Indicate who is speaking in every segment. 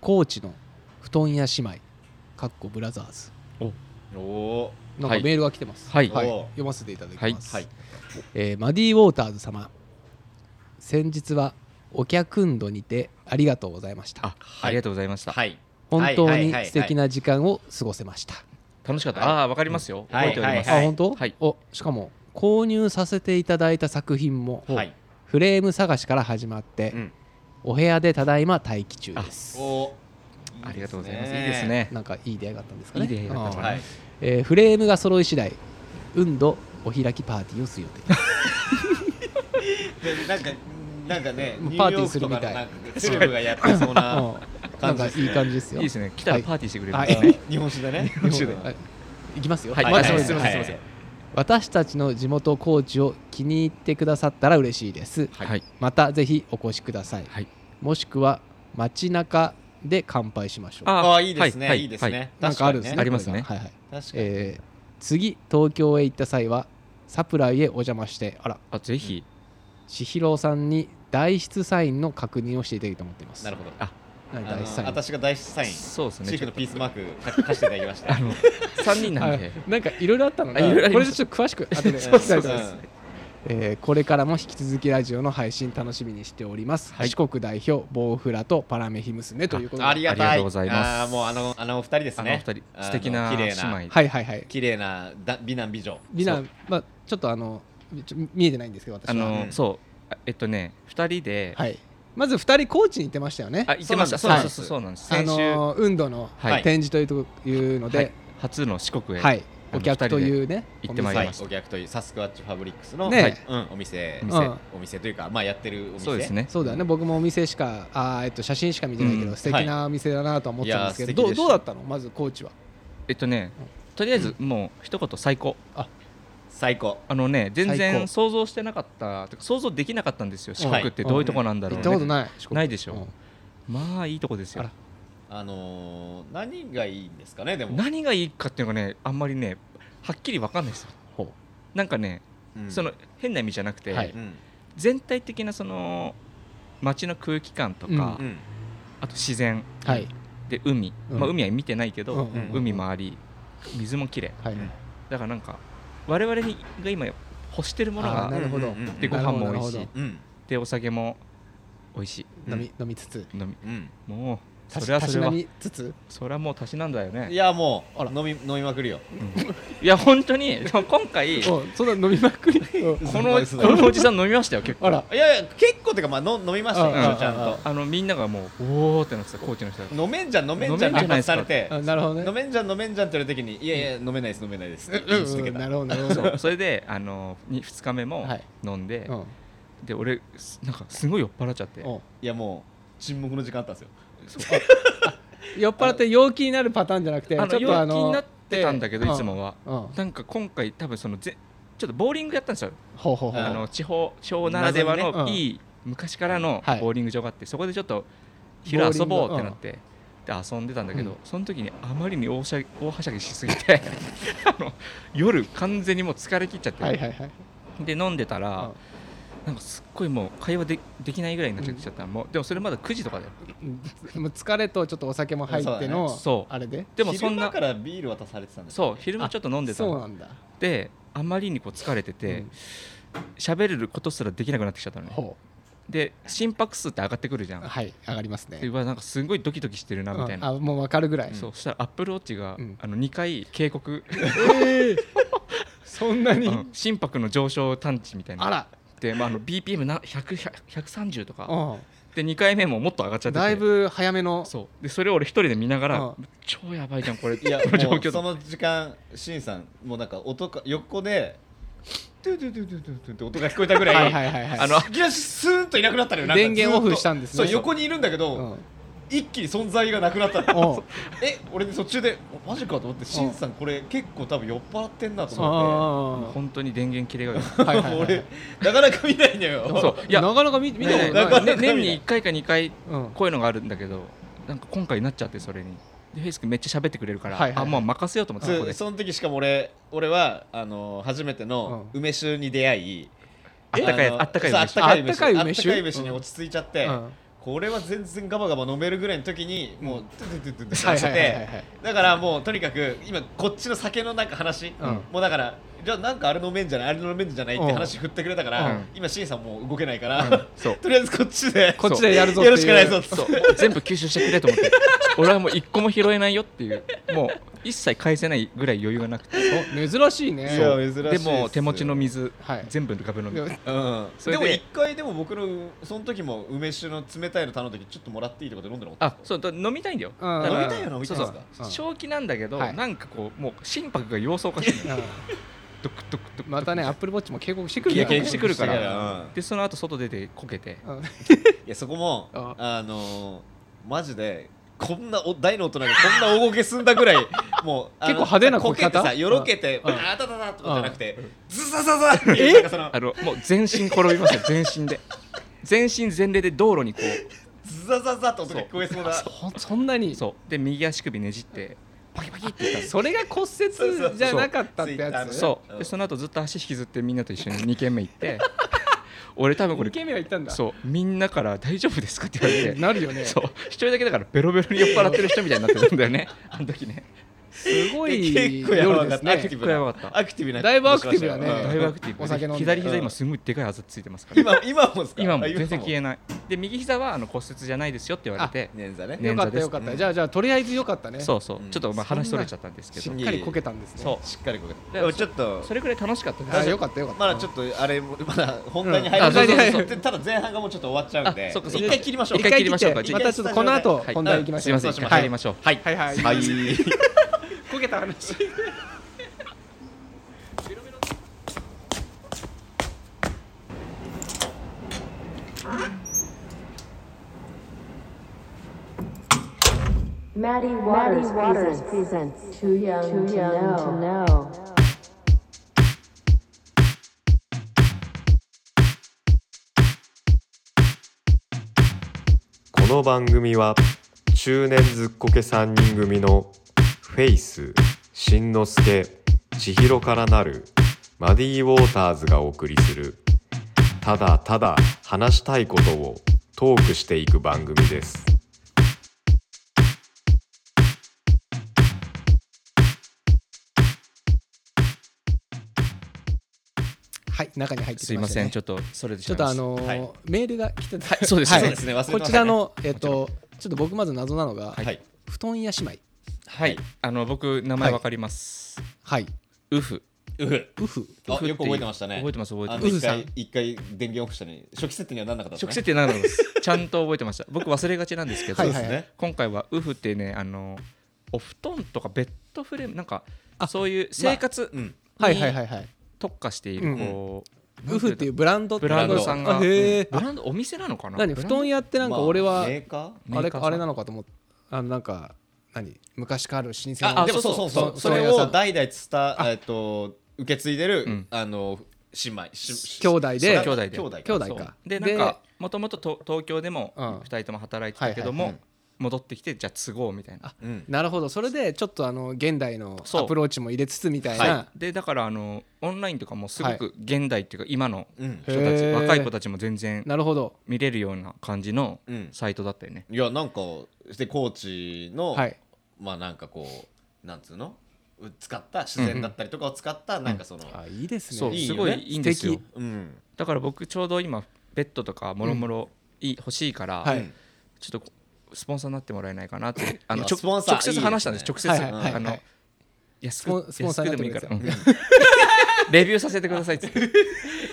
Speaker 1: 高知の布団屋姉妹かっこブラザーズ
Speaker 2: おお
Speaker 1: なん
Speaker 3: は
Speaker 1: か
Speaker 3: い
Speaker 1: メールが来てます、
Speaker 3: はい
Speaker 2: お
Speaker 1: 読ませていただきます、
Speaker 2: はいはい
Speaker 1: えーマディ・ウォーターズ様先日はお客んどにてありがとうございました
Speaker 3: あありがとうございました、
Speaker 2: はい
Speaker 1: 本当に
Speaker 2: はい
Speaker 1: 素敵な時間を過ごせました、
Speaker 3: 楽しかった、
Speaker 2: はい
Speaker 3: ああわかりますよ、
Speaker 2: はい
Speaker 3: 覚えております、
Speaker 2: はい
Speaker 1: あ本当、
Speaker 3: はい
Speaker 1: おしかも購入させていただいた作品も、
Speaker 2: はいはい
Speaker 1: フレーム探しから始まって、
Speaker 3: うん
Speaker 1: お部屋でただいま待機中です
Speaker 2: おー
Speaker 3: ありがとうございますいいですね
Speaker 1: なんかいい出会いがあったんですかね
Speaker 3: いい出会いがあった
Speaker 1: うん
Speaker 3: かな
Speaker 2: はい
Speaker 1: えーフレームが揃い次第運動お開きパーティーをする予定です
Speaker 2: でなんかなんかね
Speaker 1: パーティーするみたい
Speaker 2: ニューヨークとかのなんかセレブがやってそうな
Speaker 1: な
Speaker 2: 感
Speaker 1: ん
Speaker 2: じ
Speaker 1: か
Speaker 2: で
Speaker 1: いい感じです
Speaker 3: い
Speaker 1: よ
Speaker 3: いですね来たらパーティーしてくれるん
Speaker 1: は
Speaker 3: で
Speaker 1: い
Speaker 3: すね、
Speaker 2: 日本酒でね
Speaker 3: 日本酒で
Speaker 1: はいいきますよ、
Speaker 3: はい
Speaker 1: ま
Speaker 3: はい
Speaker 1: あそうですす
Speaker 3: い
Speaker 1: よ
Speaker 3: ませんすいません
Speaker 1: 私たちの地元高知を気に入ってくださったら嬉しいです
Speaker 3: はい
Speaker 1: またぜひお越しください、
Speaker 3: はい
Speaker 1: もしくは街中で乾杯しましょう
Speaker 3: あ
Speaker 2: ああいいです
Speaker 3: は
Speaker 2: ねいいです
Speaker 3: は
Speaker 2: ね
Speaker 1: なんかあるんですね
Speaker 3: ありますね
Speaker 1: これがはいはい
Speaker 2: 確かに
Speaker 1: えー次東京へ行った際はサプライへお邪魔してあら
Speaker 3: あぜひ
Speaker 1: 千尋さんに代筆サインの確認をしていただきたいと思っています
Speaker 2: なるほど
Speaker 1: 何
Speaker 2: あ
Speaker 1: 代筆サ
Speaker 2: の
Speaker 1: イン
Speaker 2: 私が大サイン
Speaker 3: そうですね
Speaker 2: チークの
Speaker 3: ちょっと
Speaker 2: ピースマークか貸していただきました
Speaker 3: あの3人なんで
Speaker 1: あなんかいろいろあったのが
Speaker 3: あいろいろあり
Speaker 1: これ
Speaker 3: まし
Speaker 1: でちょ
Speaker 3: た
Speaker 1: っと詳しく後で
Speaker 2: うん
Speaker 1: 聞きたいと思います
Speaker 2: そうで
Speaker 1: えーこれからも引き続きラジオの配信楽しみにしております、
Speaker 3: はい
Speaker 1: 四国代表ボウフラとパラメヒ娘ということで
Speaker 2: ありがたい
Speaker 3: ありがとうございます
Speaker 2: あーもうあのあのお二人です
Speaker 3: あの
Speaker 2: ね
Speaker 3: 二人素敵な
Speaker 2: あの
Speaker 3: 姉
Speaker 2: 綺麗
Speaker 3: 妹
Speaker 2: な
Speaker 1: はいはいはい
Speaker 2: 綺麗なだ美男美女
Speaker 1: 美
Speaker 3: そ
Speaker 1: 男まあちょっとあのちょ見えてないんですけど私は
Speaker 3: あの、
Speaker 2: うん
Speaker 3: そうあえっとね2人で、
Speaker 1: はい、まず二人高知に行ってましたよね
Speaker 3: あ行ってました
Speaker 2: そ
Speaker 3: そうう
Speaker 2: なん
Speaker 3: そ
Speaker 2: です
Speaker 3: うそうそうなんです
Speaker 1: あ
Speaker 2: 先週
Speaker 1: の運動の
Speaker 3: はい
Speaker 1: 展示というというの
Speaker 3: はい
Speaker 1: で、
Speaker 3: 初の四国
Speaker 1: は
Speaker 3: へ、
Speaker 1: い
Speaker 3: あの
Speaker 1: お客というね
Speaker 3: 二人で行ってまいり
Speaker 1: お店
Speaker 2: はい
Speaker 3: 参りまし
Speaker 2: お客というサスクワッチファブリックスの
Speaker 1: ねえ
Speaker 2: はいうんお店
Speaker 3: お
Speaker 1: 店うん
Speaker 2: お店というかまあやってるお店
Speaker 3: そうですね
Speaker 1: そうだよね僕もお店しかあー、えっと、写真しか見てないけど、
Speaker 3: うん
Speaker 1: 素敵なお店だなとは思ってたんですけど、
Speaker 2: はい
Speaker 1: どう
Speaker 2: いやー素敵でした
Speaker 1: どうだったのまず高知は
Speaker 3: えっとねとりあえずもう一言最高
Speaker 2: 最高
Speaker 3: あのね全
Speaker 1: 最高
Speaker 3: 然想像してなかったてか想像できなかったんですよ四国ってどういうとこなんだ
Speaker 1: 行
Speaker 3: ろう
Speaker 1: っ
Speaker 3: ね、
Speaker 1: たことない四国
Speaker 3: ないでしょ
Speaker 1: うん
Speaker 3: まあいいとこです
Speaker 1: あ
Speaker 3: よ
Speaker 1: ら
Speaker 2: あのー何がいいんですかねでも
Speaker 3: 何がいいかっていうのがねあんまりねはっきりわかんないですよ
Speaker 1: ほう
Speaker 3: なんかね、
Speaker 2: うん
Speaker 3: その変な意味じゃなくて、
Speaker 1: はい
Speaker 2: うん
Speaker 3: 全体的なその街の空気感とか、
Speaker 1: うん
Speaker 2: うん
Speaker 3: あと自然
Speaker 1: はい、
Speaker 3: で海、
Speaker 1: うん
Speaker 3: まあ、海は見てないけど、
Speaker 1: うん
Speaker 2: うん
Speaker 3: 海もあり水も綺麗
Speaker 1: はい
Speaker 2: うん
Speaker 3: だからなんか我々にが今欲してるもの
Speaker 1: あー
Speaker 3: が
Speaker 1: なるほど
Speaker 2: うんうんうん
Speaker 3: でご飯も美味し
Speaker 1: ないる
Speaker 2: うん
Speaker 3: でお酒も美味しい
Speaker 1: 飲み飲みつつ
Speaker 3: 飲み
Speaker 2: うん
Speaker 3: もう
Speaker 1: た
Speaker 3: それは
Speaker 1: た
Speaker 3: そ
Speaker 1: し
Speaker 3: れ
Speaker 1: な
Speaker 3: は
Speaker 1: みつつ
Speaker 3: それはもうたしなんだよ
Speaker 2: い
Speaker 3: ね
Speaker 2: やも
Speaker 1: あら
Speaker 2: う飲み飲みまくるよ
Speaker 3: いや本当にでも今回こ
Speaker 1: おそんな飲みま くりうん
Speaker 3: の
Speaker 2: 嘘だ
Speaker 3: このおじさん飲みましたよ結構
Speaker 1: あら
Speaker 2: いやいや結構てかまあの飲みましたよ
Speaker 3: うん
Speaker 2: ちゃんと
Speaker 3: あのみんながもうおおってなってた高知の人が
Speaker 2: 飲めんじゃん飲めんじゃん
Speaker 3: 飲めんじゃない
Speaker 2: されて
Speaker 1: あなるほどね
Speaker 2: 飲めんじゃん飲めんじゃんって言われた時にいやいや飲めないです飲めないですって
Speaker 1: う
Speaker 2: 言い
Speaker 1: ん
Speaker 2: 続
Speaker 1: う
Speaker 2: け
Speaker 1: ん
Speaker 2: た
Speaker 1: なるほどなるほど
Speaker 3: そうそれであの 2, 日目も
Speaker 1: はい
Speaker 3: 飲んで、
Speaker 1: うん
Speaker 3: で俺すなんかすごい酔っ払っちゃって
Speaker 1: お
Speaker 2: いやもう沈黙の時間あったんですよ
Speaker 3: そう
Speaker 1: 酔っ払って陽気になるパターンじゃなくて
Speaker 3: ああの
Speaker 1: ちょっとあ
Speaker 3: 陽
Speaker 1: の
Speaker 3: 気になってたんだけど、
Speaker 1: ええ
Speaker 3: いつもは、
Speaker 1: うんうん
Speaker 3: なんか今回多分そのぜちょっとボーリングやったんですよ、
Speaker 1: ほうほうほ
Speaker 2: ん
Speaker 3: あ
Speaker 1: う
Speaker 3: の地方地方ならでは
Speaker 1: 謎
Speaker 3: の
Speaker 1: にねうん
Speaker 3: いい、昔からの
Speaker 1: はい
Speaker 3: ボーリング場があってそこでちょっと昼
Speaker 1: ボーリン
Speaker 3: 遊
Speaker 1: グ
Speaker 3: ぼうってなって、で遊んでたんだけど、その時にあまりに大しゃ大はしゃぎしすぎて あの夜完全にもう疲れ切っちゃって、
Speaker 1: はいはいはい
Speaker 3: で飲んでた
Speaker 1: う
Speaker 3: ら、
Speaker 1: ん
Speaker 3: なんかすっごいもう会話でできないぐらいになっちゃっちゃった、もうでもそれまだ9時とかだよ
Speaker 1: もう疲れとちょっとお酒も入っての、
Speaker 3: そうだねそう
Speaker 1: あれで
Speaker 3: でもそん
Speaker 2: 昼間
Speaker 3: な
Speaker 2: からビール渡されてたんです
Speaker 3: そう昼間ちょっと飲んでた
Speaker 1: そう
Speaker 3: の
Speaker 1: なんだ
Speaker 3: であまりにこう疲れてて喋、れることすらできなくなってきちゃったのね
Speaker 1: ほ
Speaker 3: で心拍数って上がってくるじゃ
Speaker 1: うんはい上がります
Speaker 3: で
Speaker 1: ね
Speaker 3: うわなんかすごいドキドキしてるなみたい
Speaker 1: あ
Speaker 3: な、
Speaker 1: もうわかるぐらい、
Speaker 3: そうそしたらアップルウォッチが、
Speaker 1: うん
Speaker 3: あの2回警告、
Speaker 1: えー そんなに、
Speaker 3: うん心拍の上昇探知みたい
Speaker 1: あ
Speaker 3: な
Speaker 1: ら、
Speaker 3: で、まあ、あの BPM な100 130とか
Speaker 1: う
Speaker 3: で2回目ももっと上がっちゃっ
Speaker 1: ん、
Speaker 3: てて
Speaker 1: だいぶ早めの
Speaker 3: そうでそれを俺一人で見ながら、
Speaker 1: うん
Speaker 3: 超やばいじゃんこれ
Speaker 2: いや
Speaker 3: この状
Speaker 2: もう
Speaker 3: 況
Speaker 2: そ
Speaker 3: だ
Speaker 2: の時間しんさんもうなんか音か横でトゥトゥトゥトゥトゥトゥって音が聞こえたぐらい
Speaker 1: はいはいはいはい
Speaker 3: あの
Speaker 2: いきなりスーンといなくなったのよなんか
Speaker 1: 電源オフしたんですね
Speaker 2: ずっとそう横にいるんだけど、
Speaker 1: うん
Speaker 2: 一気に存在がなくなったの
Speaker 1: おう
Speaker 2: え俺で途中でおマジかと思ってしんさんこれ結構多分酔っ払ってんなと思っ
Speaker 1: あ
Speaker 3: 本当に電源切れが
Speaker 1: ー
Speaker 2: て、
Speaker 1: はいはいはい
Speaker 2: 俺なかなか見ないのよ
Speaker 3: そうい
Speaker 1: いや
Speaker 3: や
Speaker 1: なかなか見見たこと
Speaker 2: な
Speaker 1: な
Speaker 2: か
Speaker 1: い、
Speaker 2: なか
Speaker 3: ね
Speaker 2: 見ない
Speaker 3: 年に1回か2回
Speaker 1: うん
Speaker 3: こういうのがあるんだけどなんか今回なっちゃってそれにでフェイス君めっちゃ喋ってくれるから、
Speaker 1: はいはいはい
Speaker 3: あもう任せようと思ってそこで
Speaker 2: そその時しかも俺俺はあの初めての
Speaker 1: う
Speaker 2: 梅酒に出会い、
Speaker 3: あったかい
Speaker 2: の
Speaker 3: あったかい
Speaker 2: そう
Speaker 3: 梅
Speaker 2: あっ
Speaker 3: 酒
Speaker 2: たか
Speaker 1: あ
Speaker 2: い
Speaker 1: ったかい
Speaker 2: 梅
Speaker 1: 梅
Speaker 2: 酒
Speaker 1: 酒
Speaker 2: あったかい梅酒に落ち着いちゃって、
Speaker 1: うん
Speaker 2: これは全然ガバガバ飲めるぐらいの時にもうトゥトゥトゥトゥトゥって
Speaker 1: は
Speaker 2: 出
Speaker 1: い
Speaker 2: し
Speaker 1: は
Speaker 2: て
Speaker 1: いはい
Speaker 2: て
Speaker 1: はい
Speaker 2: だからもうとにかく今こっちの酒のなんか話、
Speaker 1: うん
Speaker 2: もうだからじゃあなんかあれ飲めんじゃないあれ飲めんじゃないって話振ってくれたから、
Speaker 3: うん
Speaker 2: 今シンさんもう動けないから、
Speaker 3: うんそう
Speaker 2: とりあえずこっちで
Speaker 1: こっちでやるぞっていう
Speaker 2: やるしかないぞっつって
Speaker 3: そう全部吸収してくれと思って俺はもう一個も拾えないよっていうもう一切返せないぐらい余裕がなくて
Speaker 1: お珍しいね
Speaker 2: いや珍しいっすよ
Speaker 3: でも手持ちの水、
Speaker 1: はい
Speaker 3: 全部ガブ飲み
Speaker 1: でも
Speaker 2: うん
Speaker 3: そ
Speaker 2: で
Speaker 3: れで
Speaker 2: も一回でも僕のその時も梅酒の冷たいの頼んだ時ちょっともらっていいとかで飲んでなかっ
Speaker 3: あそうだ飲みたいんだよ
Speaker 1: うん
Speaker 3: だ
Speaker 2: た飲
Speaker 3: から
Speaker 2: みたいよ飲みたいんですか
Speaker 1: うん
Speaker 3: そう正気なんだけど、
Speaker 1: はい
Speaker 3: なんかこうもう心拍が様子おか しいのよ
Speaker 1: う
Speaker 3: ドクドクドクドク
Speaker 1: んまたねアップルウォッチも警告してくる
Speaker 3: 警
Speaker 1: んだ
Speaker 3: 告してくるか
Speaker 2: 警告してくるから
Speaker 3: ら
Speaker 2: うん
Speaker 3: でその後外出てこけて
Speaker 1: うん
Speaker 2: いやそこも
Speaker 1: あ
Speaker 2: あのーマジでこんなお大の大人がこんな大ごけすんだぐらいもうあ
Speaker 1: 結構
Speaker 2: の
Speaker 1: 派手なこけ方
Speaker 2: こけてさよろけて
Speaker 1: うん
Speaker 2: バータタタとかじゃなくてズザザザっていうなんかその
Speaker 3: あのもう全身転びますよ全身で全身全霊で道路にこう
Speaker 2: ズザザザと音が聞こえそうな
Speaker 1: そそんなにそ
Speaker 3: そうで右足首ねじってパキパキって言ったの
Speaker 1: れが骨折じゃなかったってやつ
Speaker 2: ね
Speaker 3: そう
Speaker 2: うん
Speaker 3: でその後ずっと足引きずってみんなと一緒に2軒目行って 俺多分こ
Speaker 1: 2
Speaker 3: れ
Speaker 1: 軒目は行ったんだ
Speaker 3: そうみんなから「大丈夫ですか?」って言われ て
Speaker 1: なるよねす
Speaker 3: そう一人だけだからベロベロに酔っ払ってる人みたいになってたんだ よねあの時ね
Speaker 1: ご
Speaker 2: で
Speaker 1: い
Speaker 2: 結構やば
Speaker 1: 夜で
Speaker 2: かっ
Speaker 1: す
Speaker 2: たアク
Speaker 1: ね
Speaker 2: ティブな
Speaker 3: 結構やばかった
Speaker 2: アクティブな
Speaker 1: だいぶアクティブだね
Speaker 2: うん
Speaker 3: だいぶアクティブ
Speaker 1: お酒飲んで
Speaker 3: 左膝
Speaker 2: うん
Speaker 3: 今すごいでかいあざついてますから
Speaker 2: 今今もですか
Speaker 3: 今も全然消え
Speaker 2: な
Speaker 3: ないで右膝はあの骨折じゃないですよって言われて
Speaker 2: 捻挫ね
Speaker 3: ね
Speaker 1: よかったよかっ
Speaker 2: う
Speaker 1: た
Speaker 2: ん
Speaker 1: じゃあじゃあとりあえずよかったね
Speaker 3: そうそう
Speaker 2: うん
Speaker 3: ちょっとまあ話それちゃったんですけ
Speaker 1: し
Speaker 3: ど
Speaker 1: っかりこけたんですね
Speaker 3: そう
Speaker 2: しっかりこけ
Speaker 3: で
Speaker 2: たちょっと
Speaker 3: それぐらい楽しかったです
Speaker 1: あよかったよかった
Speaker 2: まだちょっとあれもまだ本題に入る
Speaker 1: うんあそうそうそう
Speaker 2: そうでただ前半がもうちょっと終わっちゃうんで
Speaker 3: あそっかそっ
Speaker 2: 一
Speaker 3: か
Speaker 2: 回切りましょう
Speaker 3: 一回切りましょうか
Speaker 1: 一回切ってまたちょっとこの後
Speaker 3: はい
Speaker 1: 本題行きましょう
Speaker 3: すいません一
Speaker 1: は
Speaker 3: 回
Speaker 1: い
Speaker 3: 入りましょう
Speaker 2: はい
Speaker 1: はいはい
Speaker 2: はい
Speaker 1: こけた話
Speaker 4: Maddie Waters, presents, Too Young, to, know.
Speaker 5: この番組は中年ずっこけ3人組のフェイスしんのすけ千尋からなるマディ・ウォーターズがお送りするただただ話したいことをトークしていく番組です。
Speaker 1: はい中に入って
Speaker 3: す
Speaker 1: き
Speaker 3: い
Speaker 1: ま
Speaker 3: ま
Speaker 1: した
Speaker 3: せん
Speaker 1: ね
Speaker 3: ちょっとそれで
Speaker 1: ちょっとあのー
Speaker 2: はい
Speaker 1: メールが来てた
Speaker 3: はいそうです
Speaker 2: そうですね忘れてましたね
Speaker 1: こちらのえっとちょっと僕まず謎なのが、
Speaker 2: はい
Speaker 1: 布団屋姉妹
Speaker 3: はいあの僕名前わかります
Speaker 1: はい
Speaker 3: ウフ
Speaker 2: うふ
Speaker 1: ウフ
Speaker 2: あよく覚えてましたね
Speaker 3: 覚えてます覚え
Speaker 2: あ
Speaker 3: てます
Speaker 2: の
Speaker 1: うず
Speaker 2: 一
Speaker 1: さん
Speaker 2: 回一回電源オフしたのに初期設定にはなんなかったんですね
Speaker 3: 直接って何な んですちゃんと覚えてました僕忘れがちなんですけど、
Speaker 1: はいはいはい
Speaker 2: そうですね
Speaker 3: 今回はウフっていうねあのお布団とかベッドフレームなんかそういう生活
Speaker 2: うん
Speaker 1: はいはいはいはい
Speaker 3: 特化していうる
Speaker 1: ん
Speaker 3: こう、
Speaker 1: ウフっていううブランドって
Speaker 3: ブ
Speaker 1: こと
Speaker 3: ラン
Speaker 1: で
Speaker 3: ド
Speaker 1: す
Speaker 3: さ
Speaker 1: か
Speaker 3: んが
Speaker 1: あへえ
Speaker 3: ブランドお店なのかな
Speaker 1: 何布団屋ってなんか俺
Speaker 2: ま
Speaker 1: は
Speaker 2: あメーカ
Speaker 3: まあ
Speaker 1: あ
Speaker 3: メ
Speaker 1: れ
Speaker 3: ーカ
Speaker 1: か
Speaker 3: ーさん
Speaker 1: あれなのかと思ってあのなんか何昔からある老舗
Speaker 2: ー
Speaker 1: の
Speaker 3: あ
Speaker 2: あでもそうそうそう
Speaker 1: そう
Speaker 2: そ
Speaker 1: そう
Speaker 2: れ
Speaker 1: そう
Speaker 2: を代々伝たえっと受け継いで
Speaker 3: う
Speaker 2: る
Speaker 3: ん
Speaker 2: あの姉妹し
Speaker 1: 兄弟で
Speaker 2: それ
Speaker 3: 兄弟で
Speaker 2: 兄弟
Speaker 1: 兄弟
Speaker 3: そう
Speaker 1: か
Speaker 3: でな
Speaker 1: で
Speaker 3: んかもともと東京でも
Speaker 1: うん
Speaker 3: 2人とも働いてたけど
Speaker 2: は
Speaker 3: も
Speaker 2: いはい
Speaker 3: 戻ってきてじゃあ都合うみたいな
Speaker 2: うん
Speaker 1: なるほどそれでちょっとあの現代の
Speaker 3: そう
Speaker 1: アプローチも入れつつみたい
Speaker 2: は
Speaker 1: な
Speaker 3: でだからあのオンラインとかもすご
Speaker 1: は
Speaker 3: く現代っていうか今の
Speaker 2: うん
Speaker 3: 人たち
Speaker 1: へー
Speaker 3: 若い子たちも全然
Speaker 1: なるほど
Speaker 3: 見れるような感じの
Speaker 2: うん
Speaker 3: サイトだったよね
Speaker 2: いやなんかで高知の
Speaker 1: はい
Speaker 2: まあなんかこうなんつうのう使った自然だったりとかを使ったなんかその
Speaker 1: あいいですね
Speaker 3: そう
Speaker 2: いい
Speaker 3: す
Speaker 2: よね
Speaker 3: ごいいいんです
Speaker 1: 素
Speaker 3: よ
Speaker 1: 敵
Speaker 2: うん
Speaker 3: だから僕ちょうど今ベッドとかもろもろい欲しいから、
Speaker 1: はい
Speaker 3: ちょっとスポンサーになってもらえないかなってあ
Speaker 2: い
Speaker 3: の
Speaker 2: や
Speaker 3: ちょ
Speaker 2: スポンサー
Speaker 3: 直接話したんです
Speaker 2: いい
Speaker 3: 直
Speaker 2: で
Speaker 3: 接、
Speaker 1: はいはいはい
Speaker 3: あ
Speaker 1: は
Speaker 3: の
Speaker 1: い
Speaker 3: 安
Speaker 1: ポン
Speaker 3: く
Speaker 1: スポン
Speaker 3: 安
Speaker 1: サー
Speaker 3: く
Speaker 1: に
Speaker 3: で
Speaker 1: なって
Speaker 3: も
Speaker 1: も
Speaker 3: い
Speaker 1: いい
Speaker 3: いか
Speaker 1: ですよ
Speaker 3: らうん レビューさせてくださいって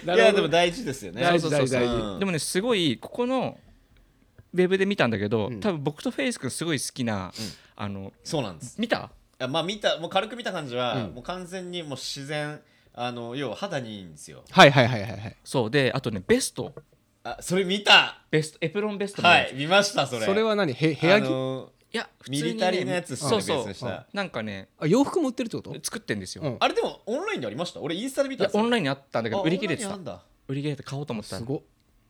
Speaker 1: ないる
Speaker 2: や
Speaker 1: ほ
Speaker 2: で
Speaker 1: ど
Speaker 2: も大事ですよね
Speaker 1: 大事大事大
Speaker 2: う
Speaker 1: 事
Speaker 2: ん
Speaker 3: でもねすごいここのウェブで見たんだけど、
Speaker 1: うん
Speaker 3: 多分僕とフェイス君すごい好きな、あの
Speaker 2: そうなんです
Speaker 3: 見た
Speaker 2: いやまあ見たもう軽く見た感じは、もう完全にもう自然あの要は肌にいいんですよ
Speaker 1: はいはいはいはいはい
Speaker 3: そうであとねベスト
Speaker 2: あそれ見た
Speaker 3: ベストエプロンベストの
Speaker 2: は
Speaker 3: やつ
Speaker 2: い見ましたそれ
Speaker 1: それは何へ部屋着
Speaker 2: の
Speaker 3: いや普通
Speaker 2: ミ
Speaker 3: にね、
Speaker 2: リタリーのやつっすね
Speaker 3: そうそ
Speaker 2: ベース
Speaker 3: う
Speaker 2: にした
Speaker 3: なんかね
Speaker 1: あ洋服も売ってるってこと
Speaker 3: 作ってんですよ、
Speaker 1: うん
Speaker 2: あれでもオンラインでありました俺インスタで見
Speaker 3: い
Speaker 2: たん
Speaker 3: や
Speaker 2: です
Speaker 3: オ
Speaker 2: ラ
Speaker 3: ンラインにあったんだけど売り切れてた
Speaker 2: だ
Speaker 3: 売り切れて買おうと思っ
Speaker 1: す
Speaker 3: たら
Speaker 1: ごっ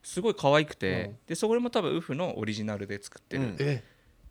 Speaker 3: すごい可愛くて、
Speaker 1: うん
Speaker 3: でそれも多分ウフのオリジナルで作ってる、
Speaker 2: うん
Speaker 1: え